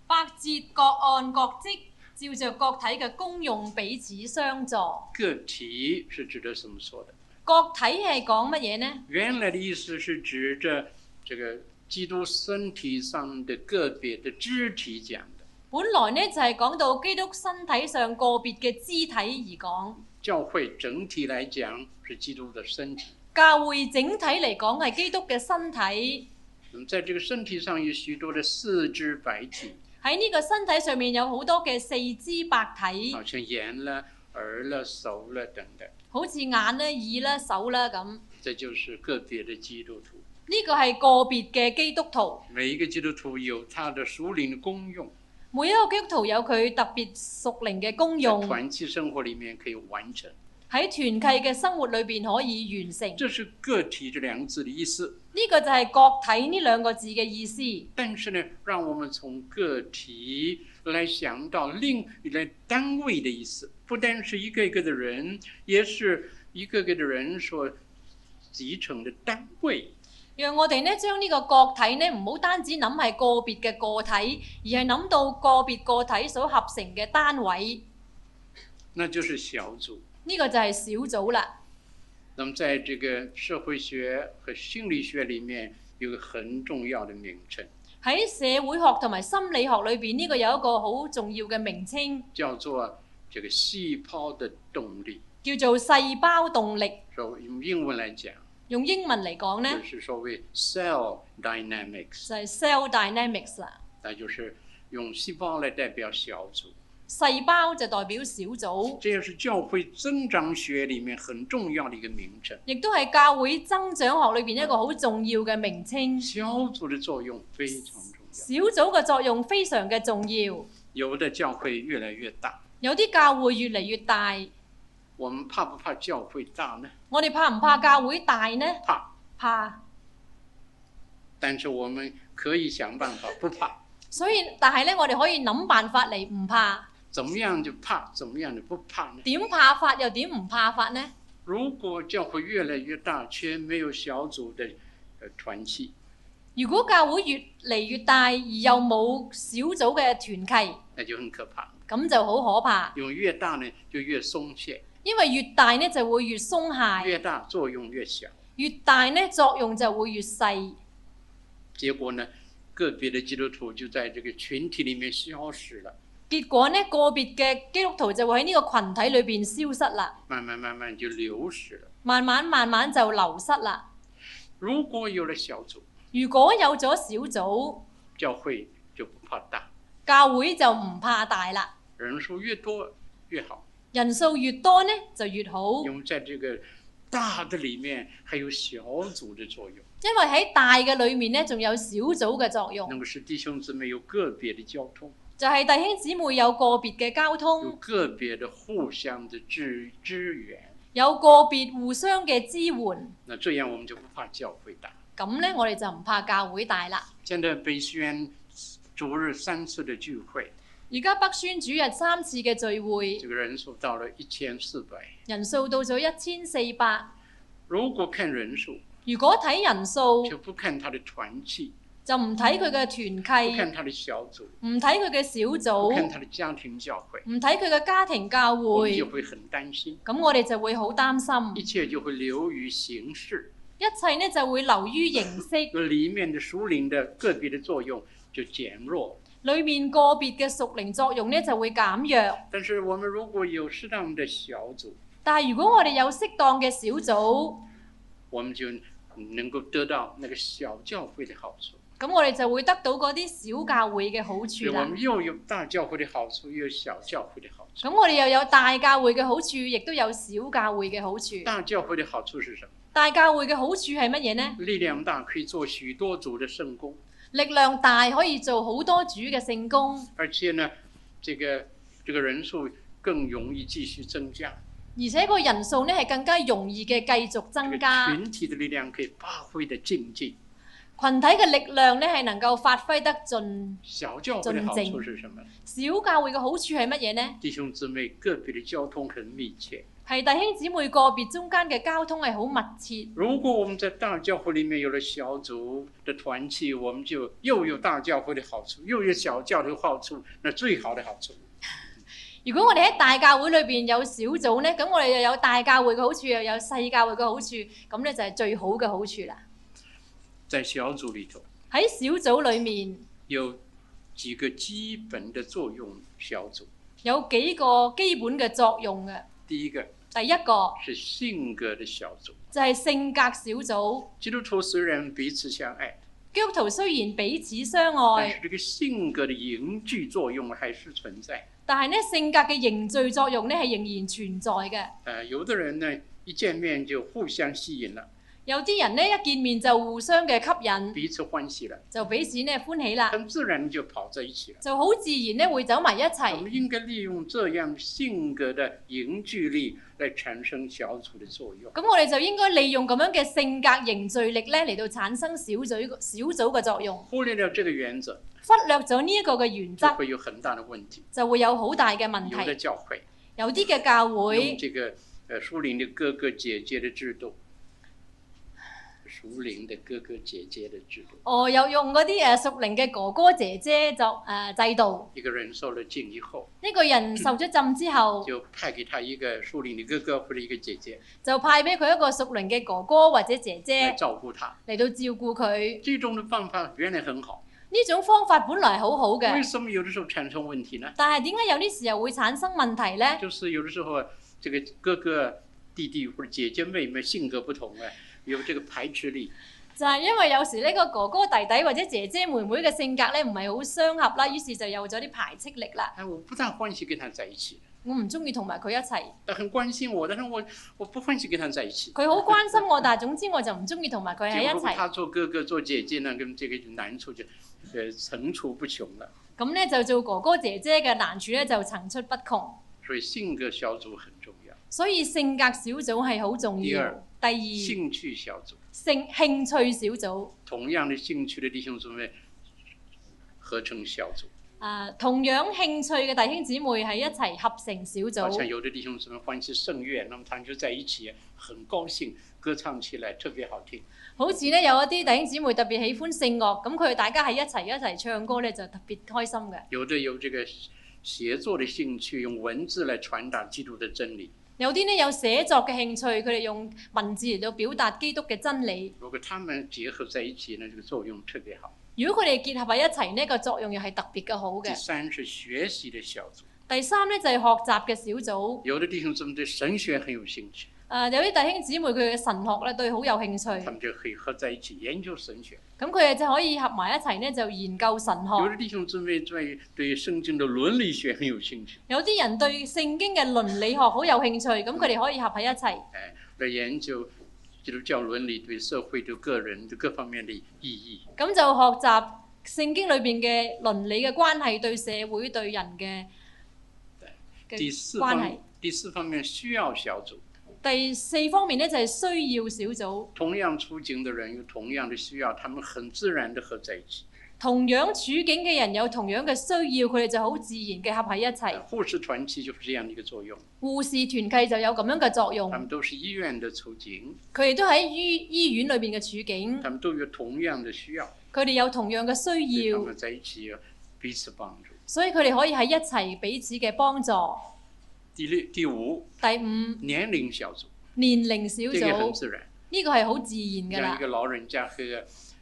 [SPEAKER 2] 百節各按各職，照着各體嘅功用彼此相助。
[SPEAKER 1] 个体是指的什么说的？
[SPEAKER 2] 各體係講乜嘢呢？
[SPEAKER 1] 原来的意思是指着这个基督身体上的个别的肢体讲的。
[SPEAKER 2] 本來呢就係、講到基督身體上個別嘅肢體而講，
[SPEAKER 1] 教会整体来讲是基督的身体。
[SPEAKER 2] 教會整體嚟講係基督嘅身體。
[SPEAKER 1] 那么在这个身体上有许多的四肢百体，
[SPEAKER 2] 喺呢個身體上面有好多嘅四肢百體，
[SPEAKER 1] 好像眼了、耳了、手了等等，
[SPEAKER 2] 好似眼啦、耳啦、手啦咁。呢
[SPEAKER 1] 这就是个别的基督徒。
[SPEAKER 2] 個係個別嘅基督徒，
[SPEAKER 1] 每一个基督徒有他的属灵的功用，
[SPEAKER 2] 每一個基督徒有佢特別屬靈嘅功
[SPEAKER 1] 在
[SPEAKER 2] 用，喺
[SPEAKER 1] 团契生活里面可以完成。
[SPEAKER 2] 團契嘅生活裏邊可以完成。
[SPEAKER 1] 这是“个体”这两个字的意思。
[SPEAKER 2] 呢個就係個體呢兩個字嘅意思。
[SPEAKER 1] 但是呢，让我们从个体来想到另来单位的意思，不单是一个一个的人，也是一个个的人所集成的单位。
[SPEAKER 2] 讓我哋呢將呢個個體呢唔好單止諗係個別嘅個體，而係諗到個別個體所合成嘅單位。
[SPEAKER 1] 那就是小组。
[SPEAKER 2] 呢、個就係小組啦。
[SPEAKER 1] 那么，在这个社会学和心理学里面，有个很重要的名称，
[SPEAKER 2] 喺社會學同埋心理學裏邊，呢、個有一個好重要嘅名稱，
[SPEAKER 1] 叫做这个细胞的动力。
[SPEAKER 2] 叫做細胞動力。
[SPEAKER 1] 说用英文来讲，
[SPEAKER 2] 用英文嚟講
[SPEAKER 1] 就
[SPEAKER 2] 呢，
[SPEAKER 1] 是所谓 cell dynamics，
[SPEAKER 2] 就係、cell dynamics 啦。
[SPEAKER 1] 那就是用细胞来代表小组。
[SPEAKER 2] 細胞就代表小組，
[SPEAKER 1] 这也是教会增长学里面很重要的一个名称。
[SPEAKER 2] 亦都係教會增長學裏邊一個好重要嘅名稱。
[SPEAKER 1] 小组的作用非常重要，
[SPEAKER 2] 小組嘅作用非常嘅重要，
[SPEAKER 1] 有的教会越来越大，
[SPEAKER 2] 有啲教會越嚟越大。
[SPEAKER 1] 我们怕不怕教会大呢？
[SPEAKER 2] 我哋怕唔怕教會大呢？
[SPEAKER 1] 怕，
[SPEAKER 2] 怕，
[SPEAKER 1] 但是我们可以想办法不怕。
[SPEAKER 2] 所以但係咧，我哋可以諗辦法嚟唔怕。
[SPEAKER 1] 怎么样就怕，怎么样就不怕呢？
[SPEAKER 2] 點怕法又點唔怕法呢？
[SPEAKER 1] 如果教会越来越大，却没有小组的呃团契，
[SPEAKER 2] 如果教會越嚟越大，而又冇小組嘅團契，
[SPEAKER 1] 那就很可怕。
[SPEAKER 2] 咁就好可怕。
[SPEAKER 1] 因为越大呢，就越松懈，
[SPEAKER 2] 因為越大呢就會越鬆懈，
[SPEAKER 1] 越大作用越小。
[SPEAKER 2] 越大呢作用就會越細。
[SPEAKER 1] 结果呢，个别的基督徒就在这个群体里面消失了。
[SPEAKER 2] 結果呢，個別嘅基督徒就會喺呢個群體裏邊消失啦，
[SPEAKER 1] 慢慢慢慢就流失了。
[SPEAKER 2] 慢慢慢慢就流失啦。
[SPEAKER 1] 如果有了小组，
[SPEAKER 2] 如果有咗小組，
[SPEAKER 1] 教会就不怕大，
[SPEAKER 2] 教會就唔怕大啦。
[SPEAKER 1] 人数越多越好，
[SPEAKER 2] 人數越多呢就越好，
[SPEAKER 1] 因为在这个大的里面还有小组的作用，
[SPEAKER 2] 因為喺大嘅裏面呢，仲有小組嘅作用
[SPEAKER 1] 那，么是弟兄姊妹有个别的交通，
[SPEAKER 2] 就係、弟兄姊妹有個別嘅交
[SPEAKER 1] 有
[SPEAKER 2] 通，
[SPEAKER 1] 个别的互相的支支援，
[SPEAKER 2] 有個別互相嘅支援，
[SPEAKER 1] 那这样我们就不怕教会大。
[SPEAKER 2] 咁呢，我哋就唔怕教會大啦。
[SPEAKER 1] 现在北宣主日三次的聚会，
[SPEAKER 2] 而家北宣主日三次嘅聚
[SPEAKER 1] 这
[SPEAKER 2] 會，
[SPEAKER 1] 个人数到了一千四百。
[SPEAKER 2] 人數到咗一千四百。
[SPEAKER 1] 如果看人数，
[SPEAKER 2] 如果睇人數，
[SPEAKER 1] 就不看他的团契，
[SPEAKER 2] 就唔睇佢嘅
[SPEAKER 1] 不
[SPEAKER 2] 團
[SPEAKER 1] 看
[SPEAKER 2] 契，
[SPEAKER 1] 他的小组，
[SPEAKER 2] 唔睇佢嘅小
[SPEAKER 1] 不看
[SPEAKER 2] 組，
[SPEAKER 1] 他的家庭教会，
[SPEAKER 2] 唔睇佢嘅家庭教
[SPEAKER 1] 我们
[SPEAKER 2] 會，
[SPEAKER 1] 就会很担心，
[SPEAKER 2] 咁我哋就會好擔
[SPEAKER 1] 一
[SPEAKER 2] 心，
[SPEAKER 1] 切就会流于形式，
[SPEAKER 2] 一切呢就會流於形
[SPEAKER 1] [laughs]
[SPEAKER 2] 式。
[SPEAKER 1] 里面的属灵的个别的作用就减弱。
[SPEAKER 2] 裏面個別嘅屬靈作用呢就會減弱。
[SPEAKER 1] 但是我们如果有适当的小组，
[SPEAKER 2] 但係如果我哋有適當嘅小組，
[SPEAKER 1] 我们就能够得到那个小教会的好处。
[SPEAKER 2] 咁我哋就會得到嗰啲小教會嘅好
[SPEAKER 1] 所以
[SPEAKER 2] 處
[SPEAKER 1] 我
[SPEAKER 2] 啦
[SPEAKER 1] 们。又有大教会的好处，又有小教会的好处。
[SPEAKER 2] 咁我哋又有大教會嘅好處，亦都有小教會嘅好處。
[SPEAKER 1] 大教会的好处是什么？
[SPEAKER 2] 大教會嘅好處係乜嘢呢？
[SPEAKER 1] 力量大，可以做许多组的圣工，
[SPEAKER 2] 力量大，可以做好多主嘅聖工。
[SPEAKER 1] 而且呢，这个这个人数更容易继续增加。
[SPEAKER 2] 而且個人數呢係更加容易嘅繼續
[SPEAKER 1] 这
[SPEAKER 2] 增
[SPEAKER 1] 个
[SPEAKER 2] 加，
[SPEAKER 1] 群体的力量可以发挥的境界。
[SPEAKER 2] 群體嘅力量呢係能夠發揮得盡。
[SPEAKER 1] 小教会的好处是什么？
[SPEAKER 2] 小教會嘅好處係乜嘢呢？
[SPEAKER 1] 弟兄姊妹个别的交通很密切。
[SPEAKER 2] 係弟兄姊妹個別中間嘅交通係好密切。
[SPEAKER 1] 如果我们在大教会里面有了小组的团契，我们就又有大教会的好处，又有小教会的好处，那最好的好处。
[SPEAKER 2] 如果我哋喺大教會裏邊有小組呢，咁我哋又有大教會嘅好處，又有細教會嘅好處，咁呢就係最好嘅好處啦。
[SPEAKER 1] 在小组里头
[SPEAKER 2] 喺小組裏面
[SPEAKER 1] 有几个基本的作用小组。
[SPEAKER 2] 有幾個基本嘅作用嘅。
[SPEAKER 1] 第一个
[SPEAKER 2] 第一個
[SPEAKER 1] 是性格的小组。
[SPEAKER 2] 就係性格小組，
[SPEAKER 1] 基督徒虽然彼此相爱，
[SPEAKER 2] 基督徒雖然彼此
[SPEAKER 1] [laughs]
[SPEAKER 2] 相
[SPEAKER 1] 但
[SPEAKER 2] 愛，
[SPEAKER 1] 是这个性格的凝聚作用还是存在。
[SPEAKER 2] 但係呢性格嘅凝聚作用呢係仍然存在嘅。
[SPEAKER 1] 呃，有的人呢一见面就互相吸引了，
[SPEAKER 2] 有啲人呢一見面就互相嘅吸引，
[SPEAKER 1] 彼此欢喜了，
[SPEAKER 2] 就彼此呢歡喜啦，
[SPEAKER 1] 很自然就跑在一起了。
[SPEAKER 2] 就好自然呢會走埋一
[SPEAKER 1] 我
[SPEAKER 2] 齊。
[SPEAKER 1] 们应该利用这样性格的凝聚力来产生小组的作用。
[SPEAKER 2] 咁我哋就應該利用咁樣嘅性格凝聚力呢嚟到產生小組小組嘅作用。
[SPEAKER 1] 忽略了这个原则，
[SPEAKER 2] 忽略咗呢一個嘅原
[SPEAKER 1] 就
[SPEAKER 2] 則，
[SPEAKER 1] 会有很大的问题。
[SPEAKER 2] 就會有好大嘅問
[SPEAKER 1] 有的
[SPEAKER 2] 題。
[SPEAKER 1] 教会
[SPEAKER 2] 有啲嘅教
[SPEAKER 1] 用
[SPEAKER 2] 會
[SPEAKER 1] 这个呃属灵的哥哥姐姐的制度，属灵的哥哥姐姐的制度，
[SPEAKER 2] 哦，有用嗰啲誒屬靈嘅哥哥姐姐作誒、呃制度。
[SPEAKER 1] 一个人受了浸以后，
[SPEAKER 2] 呢個人受咗浸之後，
[SPEAKER 1] 就派给他一个属灵的哥哥或者一个姐姐
[SPEAKER 2] 就派俾佢一個熟齡嘅哥哥或者姐
[SPEAKER 1] 来
[SPEAKER 2] 姐
[SPEAKER 1] 照顾他。
[SPEAKER 2] 嚟到照顧佢。
[SPEAKER 1] 这种的方法原来很好，
[SPEAKER 2] 呢種方法本來好好
[SPEAKER 1] 为
[SPEAKER 2] 嘅，
[SPEAKER 1] 什么有的时候产生问题呢？
[SPEAKER 2] 但係點解有啲時候會產生問題呢？
[SPEAKER 1] 就是有的时候啊这个哥哥、弟弟或者姐姐、妹妹性格不同啊，有这个排斥力，
[SPEAKER 2] 就係因為有時呢個哥哥弟弟或者姐姐妹妹嘅性格呢唔係好相合啦，於是就有咗啲排斥力啦。
[SPEAKER 1] 哎，我不大欢喜跟他在一起，
[SPEAKER 2] 我唔中意同埋佢一齊，
[SPEAKER 1] 他很关心我，但是我我不欢喜跟他在一起。
[SPEAKER 2] 佢好關心我，但係總之我就唔中意同埋佢
[SPEAKER 1] 结果
[SPEAKER 2] 喺哎一
[SPEAKER 1] 如果
[SPEAKER 2] 齊。
[SPEAKER 1] 他做哥哥做姐姐呢，跟这个难处就呃层出不穷了。
[SPEAKER 2] 咁呢，就做哥哥姐姐嘅難處呢就層出不窮，
[SPEAKER 1] 所以性格小組很重要，
[SPEAKER 2] 所以性格小組係好重
[SPEAKER 1] 第
[SPEAKER 2] 要
[SPEAKER 1] 二。
[SPEAKER 2] 第二。
[SPEAKER 1] 兴趣小組，
[SPEAKER 2] 性興趣小組，
[SPEAKER 1] 同样的兴趣的弟兄姊妹合成小組。
[SPEAKER 2] 啊、同樣興趣嘅弟兄姊妹喺一齊合成小
[SPEAKER 1] 好像
[SPEAKER 2] 組。
[SPEAKER 1] 有的弟兄姊妹欢喜圣乐，那么他们就在一起，很高兴，歌唱起来特别好听。
[SPEAKER 2] 好似咧有一啲弟兄姊妹特別喜歡聖樂，咁佢哋大家喺一齊一齊唱歌咧就特別開心嘅。
[SPEAKER 1] 有的有這個寫作的興趣，用文字來傳達基督的真理。
[SPEAKER 2] 有啲呢有寫作嘅興趣，佢哋用文字嚟到表達基督嘅真理。
[SPEAKER 1] 如果他們結合在一起呢，這個作用特別好。
[SPEAKER 2] 如果佢哋結合喺一齊呢，個作用又係特別嘅好
[SPEAKER 1] 第
[SPEAKER 2] 嘅。
[SPEAKER 1] 三是學習的小組，
[SPEAKER 2] 第三呢，就係、學習嘅小組。
[SPEAKER 1] 有的弟兄姊妹對神學很有興趣，
[SPEAKER 2] 啊、有啲弟兄姊妹佢嘅神學咧對好有興趣，
[SPEAKER 1] 他們就可以合在一起研究神學。
[SPEAKER 2] 咁佢哋就可以合埋一齊呢，就研究神學。
[SPEAKER 1] 有的弟兄姊妹對對聖經的倫理學很有興趣，
[SPEAKER 2] 有啲人對聖經嘅倫理學好有興趣，咁佢哋可以合喺一齊
[SPEAKER 1] 哎，來研究基督教倫理對社會、對個人的各方面的意義。
[SPEAKER 2] 咁就學習聖經裏邊嘅倫理嘅關係對社會對人嘅嘅
[SPEAKER 1] 第四
[SPEAKER 2] 關係
[SPEAKER 1] 方。第四方面需要小組，
[SPEAKER 2] 第四方面呢，就係、需要小組，
[SPEAKER 1] 同樣出境的人有同樣的需要，他們很自然的合在一起。
[SPEAKER 2] 同樣處境嘅人有同樣嘅需要，佢哋就好自然嘅合喺一齊。
[SPEAKER 1] 护士团契就是这样的一个作用，
[SPEAKER 2] 護士團契就有咁樣嘅作用，
[SPEAKER 1] 他们都是医院的处境，
[SPEAKER 2] 佢哋都喺醫醫院裏邊嘅處境，
[SPEAKER 1] 他们都有同样的需要，
[SPEAKER 2] 佢哋有同樣嘅
[SPEAKER 1] 所
[SPEAKER 2] 需
[SPEAKER 1] 以他
[SPEAKER 2] 要，
[SPEAKER 1] 们在一起彼此帮助。
[SPEAKER 2] 所以佢哋可以喺一齊彼此嘅幫助。
[SPEAKER 1] 第六、第五，
[SPEAKER 2] 第五，
[SPEAKER 1] 年齡小組，
[SPEAKER 2] 年齡小
[SPEAKER 1] 这个
[SPEAKER 2] 組
[SPEAKER 1] 很。自然，
[SPEAKER 2] 呢個係好自然㗎
[SPEAKER 1] 让一
[SPEAKER 2] 啦。
[SPEAKER 1] 个老人家和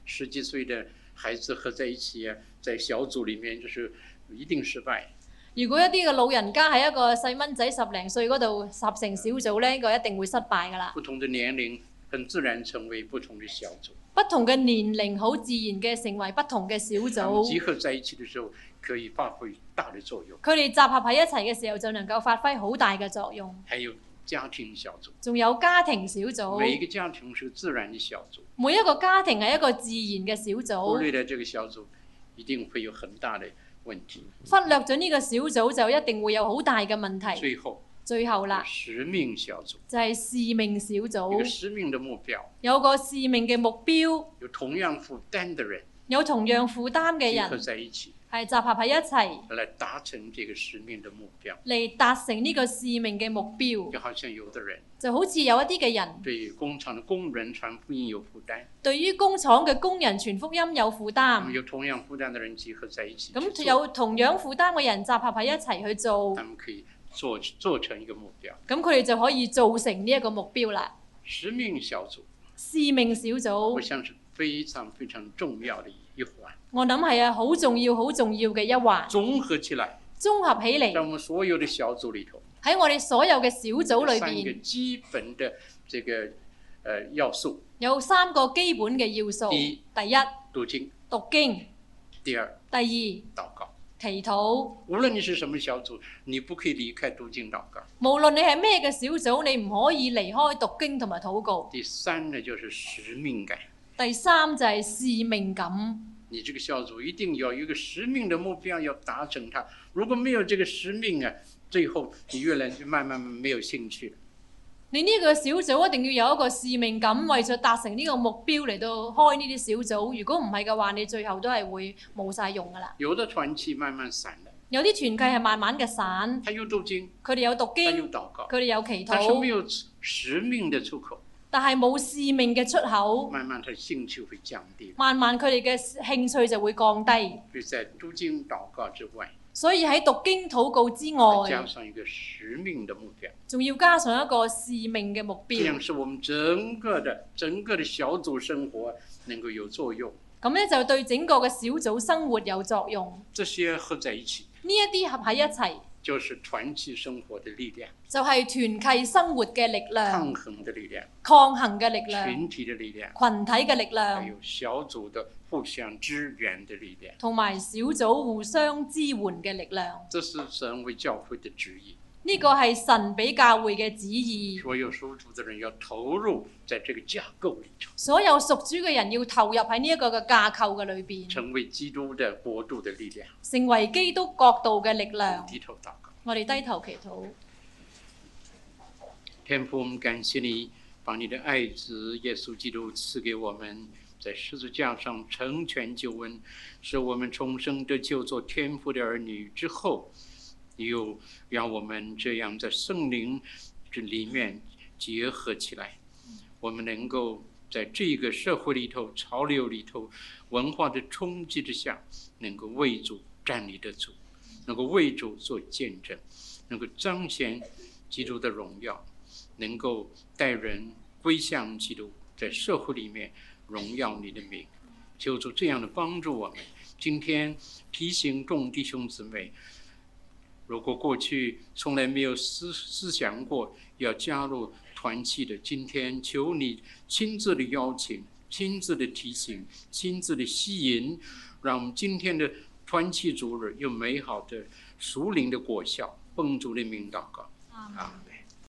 [SPEAKER 1] 十几岁的孩子合在一起，在小组里面就是一定失败。
[SPEAKER 2] 如果一啲嘅老人家喺一個細蚊仔十零歲嗰度合成小組呢，呢個一定會失敗㗎啦。
[SPEAKER 1] 不同的年齡很自然成为不同的小组，
[SPEAKER 2] 不同嘅年齡好自然嘅成為不同嘅小
[SPEAKER 1] 他们集
[SPEAKER 2] 組，
[SPEAKER 1] 合在一起的时候可以发挥大的作用。
[SPEAKER 2] 佢哋集合喺一齊嘅時候就能夠發揮好大嘅作用。
[SPEAKER 1] 还有家庭小組，
[SPEAKER 2] 仲有家庭小
[SPEAKER 1] 每一
[SPEAKER 2] 組，
[SPEAKER 1] 个家庭是自然的小组。
[SPEAKER 2] 每一個家庭係一個自然嘅小
[SPEAKER 1] 忽
[SPEAKER 2] 組，
[SPEAKER 1] 略了这个小组，一定会有很大的问题。
[SPEAKER 2] 忽略咗呢個小組就一定會有好大嘅問題。
[SPEAKER 1] 最后，
[SPEAKER 2] 最後哎啦，哦
[SPEAKER 1] 使命小组
[SPEAKER 2] 就係使命小
[SPEAKER 1] 有
[SPEAKER 2] 組，
[SPEAKER 1] 使命的目标，
[SPEAKER 2] 有個使命嘅目標，
[SPEAKER 1] 有同样负担的人
[SPEAKER 2] 有同樣負擔嘅
[SPEAKER 1] 结合
[SPEAKER 2] 人
[SPEAKER 1] 在一起，
[SPEAKER 2] 係集合喺一齊。
[SPEAKER 1] 来达成这个使命的目标。
[SPEAKER 2] 嚟達成呢個使命嘅目標，
[SPEAKER 1] 就好像有的人
[SPEAKER 2] 就好似有一啲嘅人
[SPEAKER 1] 对工厂的工人传福音有负担，
[SPEAKER 2] 對於工廠嘅工人傳福音有負
[SPEAKER 1] 那么
[SPEAKER 2] 擔，
[SPEAKER 1] 有同样负担的人集合在一起去做，
[SPEAKER 2] 咁啊有同樣負擔嘅人集合喺一齊去做，
[SPEAKER 1] 他们可以做做成一个目标。
[SPEAKER 2] 咁佢哋就可以做成呢一個目標啦。
[SPEAKER 1] 使命小组，
[SPEAKER 2] 使命小
[SPEAKER 1] 我
[SPEAKER 2] 組，
[SPEAKER 1] 想是非常非常重要的一一环，
[SPEAKER 2] 我諗係啊，好重要、好重要嘅一環。
[SPEAKER 1] 综合起来，
[SPEAKER 2] 綜合起
[SPEAKER 1] 在
[SPEAKER 2] 嚟
[SPEAKER 1] 我们所有的小组里头，
[SPEAKER 2] 喺我哋所有嘅小組裏
[SPEAKER 1] 三个
[SPEAKER 2] 邊，
[SPEAKER 1] 基本的这个呃要素：
[SPEAKER 2] 有三個基本嘅要素。
[SPEAKER 1] 第一
[SPEAKER 2] 第一，
[SPEAKER 1] 读经，
[SPEAKER 2] 讀經；
[SPEAKER 1] 第二
[SPEAKER 2] 第二，祈
[SPEAKER 1] 祷告。
[SPEAKER 2] 禱。
[SPEAKER 1] 无论你是什么小组，你不可以离开读经祷告。
[SPEAKER 2] 無論你係咩嘅小組，你唔可以離開讀經同埋禱告。
[SPEAKER 1] 第三呢，就是使命感。
[SPEAKER 2] 第三就係使命感。
[SPEAKER 1] 你这个小组一定要有一个使命的目标，要达成它。如果没有这个使命啊，最后你越来越慢慢没有兴趣了。
[SPEAKER 2] 你呢個小組一定要有一個使命感，為咗達成呢個目標嚟到開呢啲小組。如果唔係嘅話，你最後都係會冇晒用噶啦。
[SPEAKER 1] 有的团契慢慢散了，
[SPEAKER 2] 有啲團契係慢慢嘅散，
[SPEAKER 1] 他又读经，
[SPEAKER 2] 佢哋有讀
[SPEAKER 1] 他
[SPEAKER 2] 經
[SPEAKER 1] 又。祷告，
[SPEAKER 2] 佢哋有祈
[SPEAKER 1] 但是没
[SPEAKER 2] 禱，
[SPEAKER 1] 有使命的出口，
[SPEAKER 2] 但係冇使命嘅出口，
[SPEAKER 1] 慢慢他兴趣会降低。
[SPEAKER 2] 慢慢佢哋嘅興趣就會降低。
[SPEAKER 1] 所以在读經祷告之外，
[SPEAKER 2] 所以喺讀經禱告之
[SPEAKER 1] 再加
[SPEAKER 2] 外，
[SPEAKER 1] 上一个使命的目标，
[SPEAKER 2] 仲要加上一個使命嘅目
[SPEAKER 1] 这样
[SPEAKER 2] 標，
[SPEAKER 1] 是我们整个的整个的小组生活能够有作用。
[SPEAKER 2] 咁咧就對整個嘅小組生活有作用。
[SPEAKER 1] 这些合在一起，
[SPEAKER 2] 呢一啲合喺一齊，
[SPEAKER 1] 就是團契生活的力量，
[SPEAKER 2] 就係團契生活嘅力量
[SPEAKER 1] 抗、衡的力量，
[SPEAKER 2] 抗衡嘅力量、群
[SPEAKER 1] 群体的力量，
[SPEAKER 2] 體嘅力
[SPEAKER 1] 还
[SPEAKER 2] 量，
[SPEAKER 1] 有小组的互相支援的力量。
[SPEAKER 2] 同埋小組互相支援嘅力量。
[SPEAKER 1] 这是神为教会的旨意，
[SPEAKER 2] 呢個係神俾教會嘅旨意，
[SPEAKER 1] 所有属主的人要投入在这个架构里头，
[SPEAKER 2] 所有屬主嘅人要投入喺呢一個嘅架構嘅裏邊。
[SPEAKER 1] 成为基督的国度的力量。
[SPEAKER 2] 成為基督國度嘅力量。
[SPEAKER 1] 低头祷告。
[SPEAKER 2] 我哋低頭祈禱，
[SPEAKER 1] 天父，我们感谢你，把你的爱子耶稣基督赐给我们，在十字架上成全救恩，使我们重生得救，做天父的儿女之后，又让我们这样在圣灵这里面结合起来，我们能够在这个社会里头、潮流里头、文化的冲击之下，能够为主站立得住，能够为主做见证，能够彰显基督的荣耀。能够带人归向基督，在社会里面荣耀你的名。求主这样的帮助我们。今天提醒众弟兄姊妹，如果过去从来没有思思想过要加入团契的，今天求你亲自的邀请、亲自的提醒、亲自的吸引，让我们今天的团契主日有美好的属灵的果效。奉主的名祷告，
[SPEAKER 2] 阿
[SPEAKER 1] 阿门。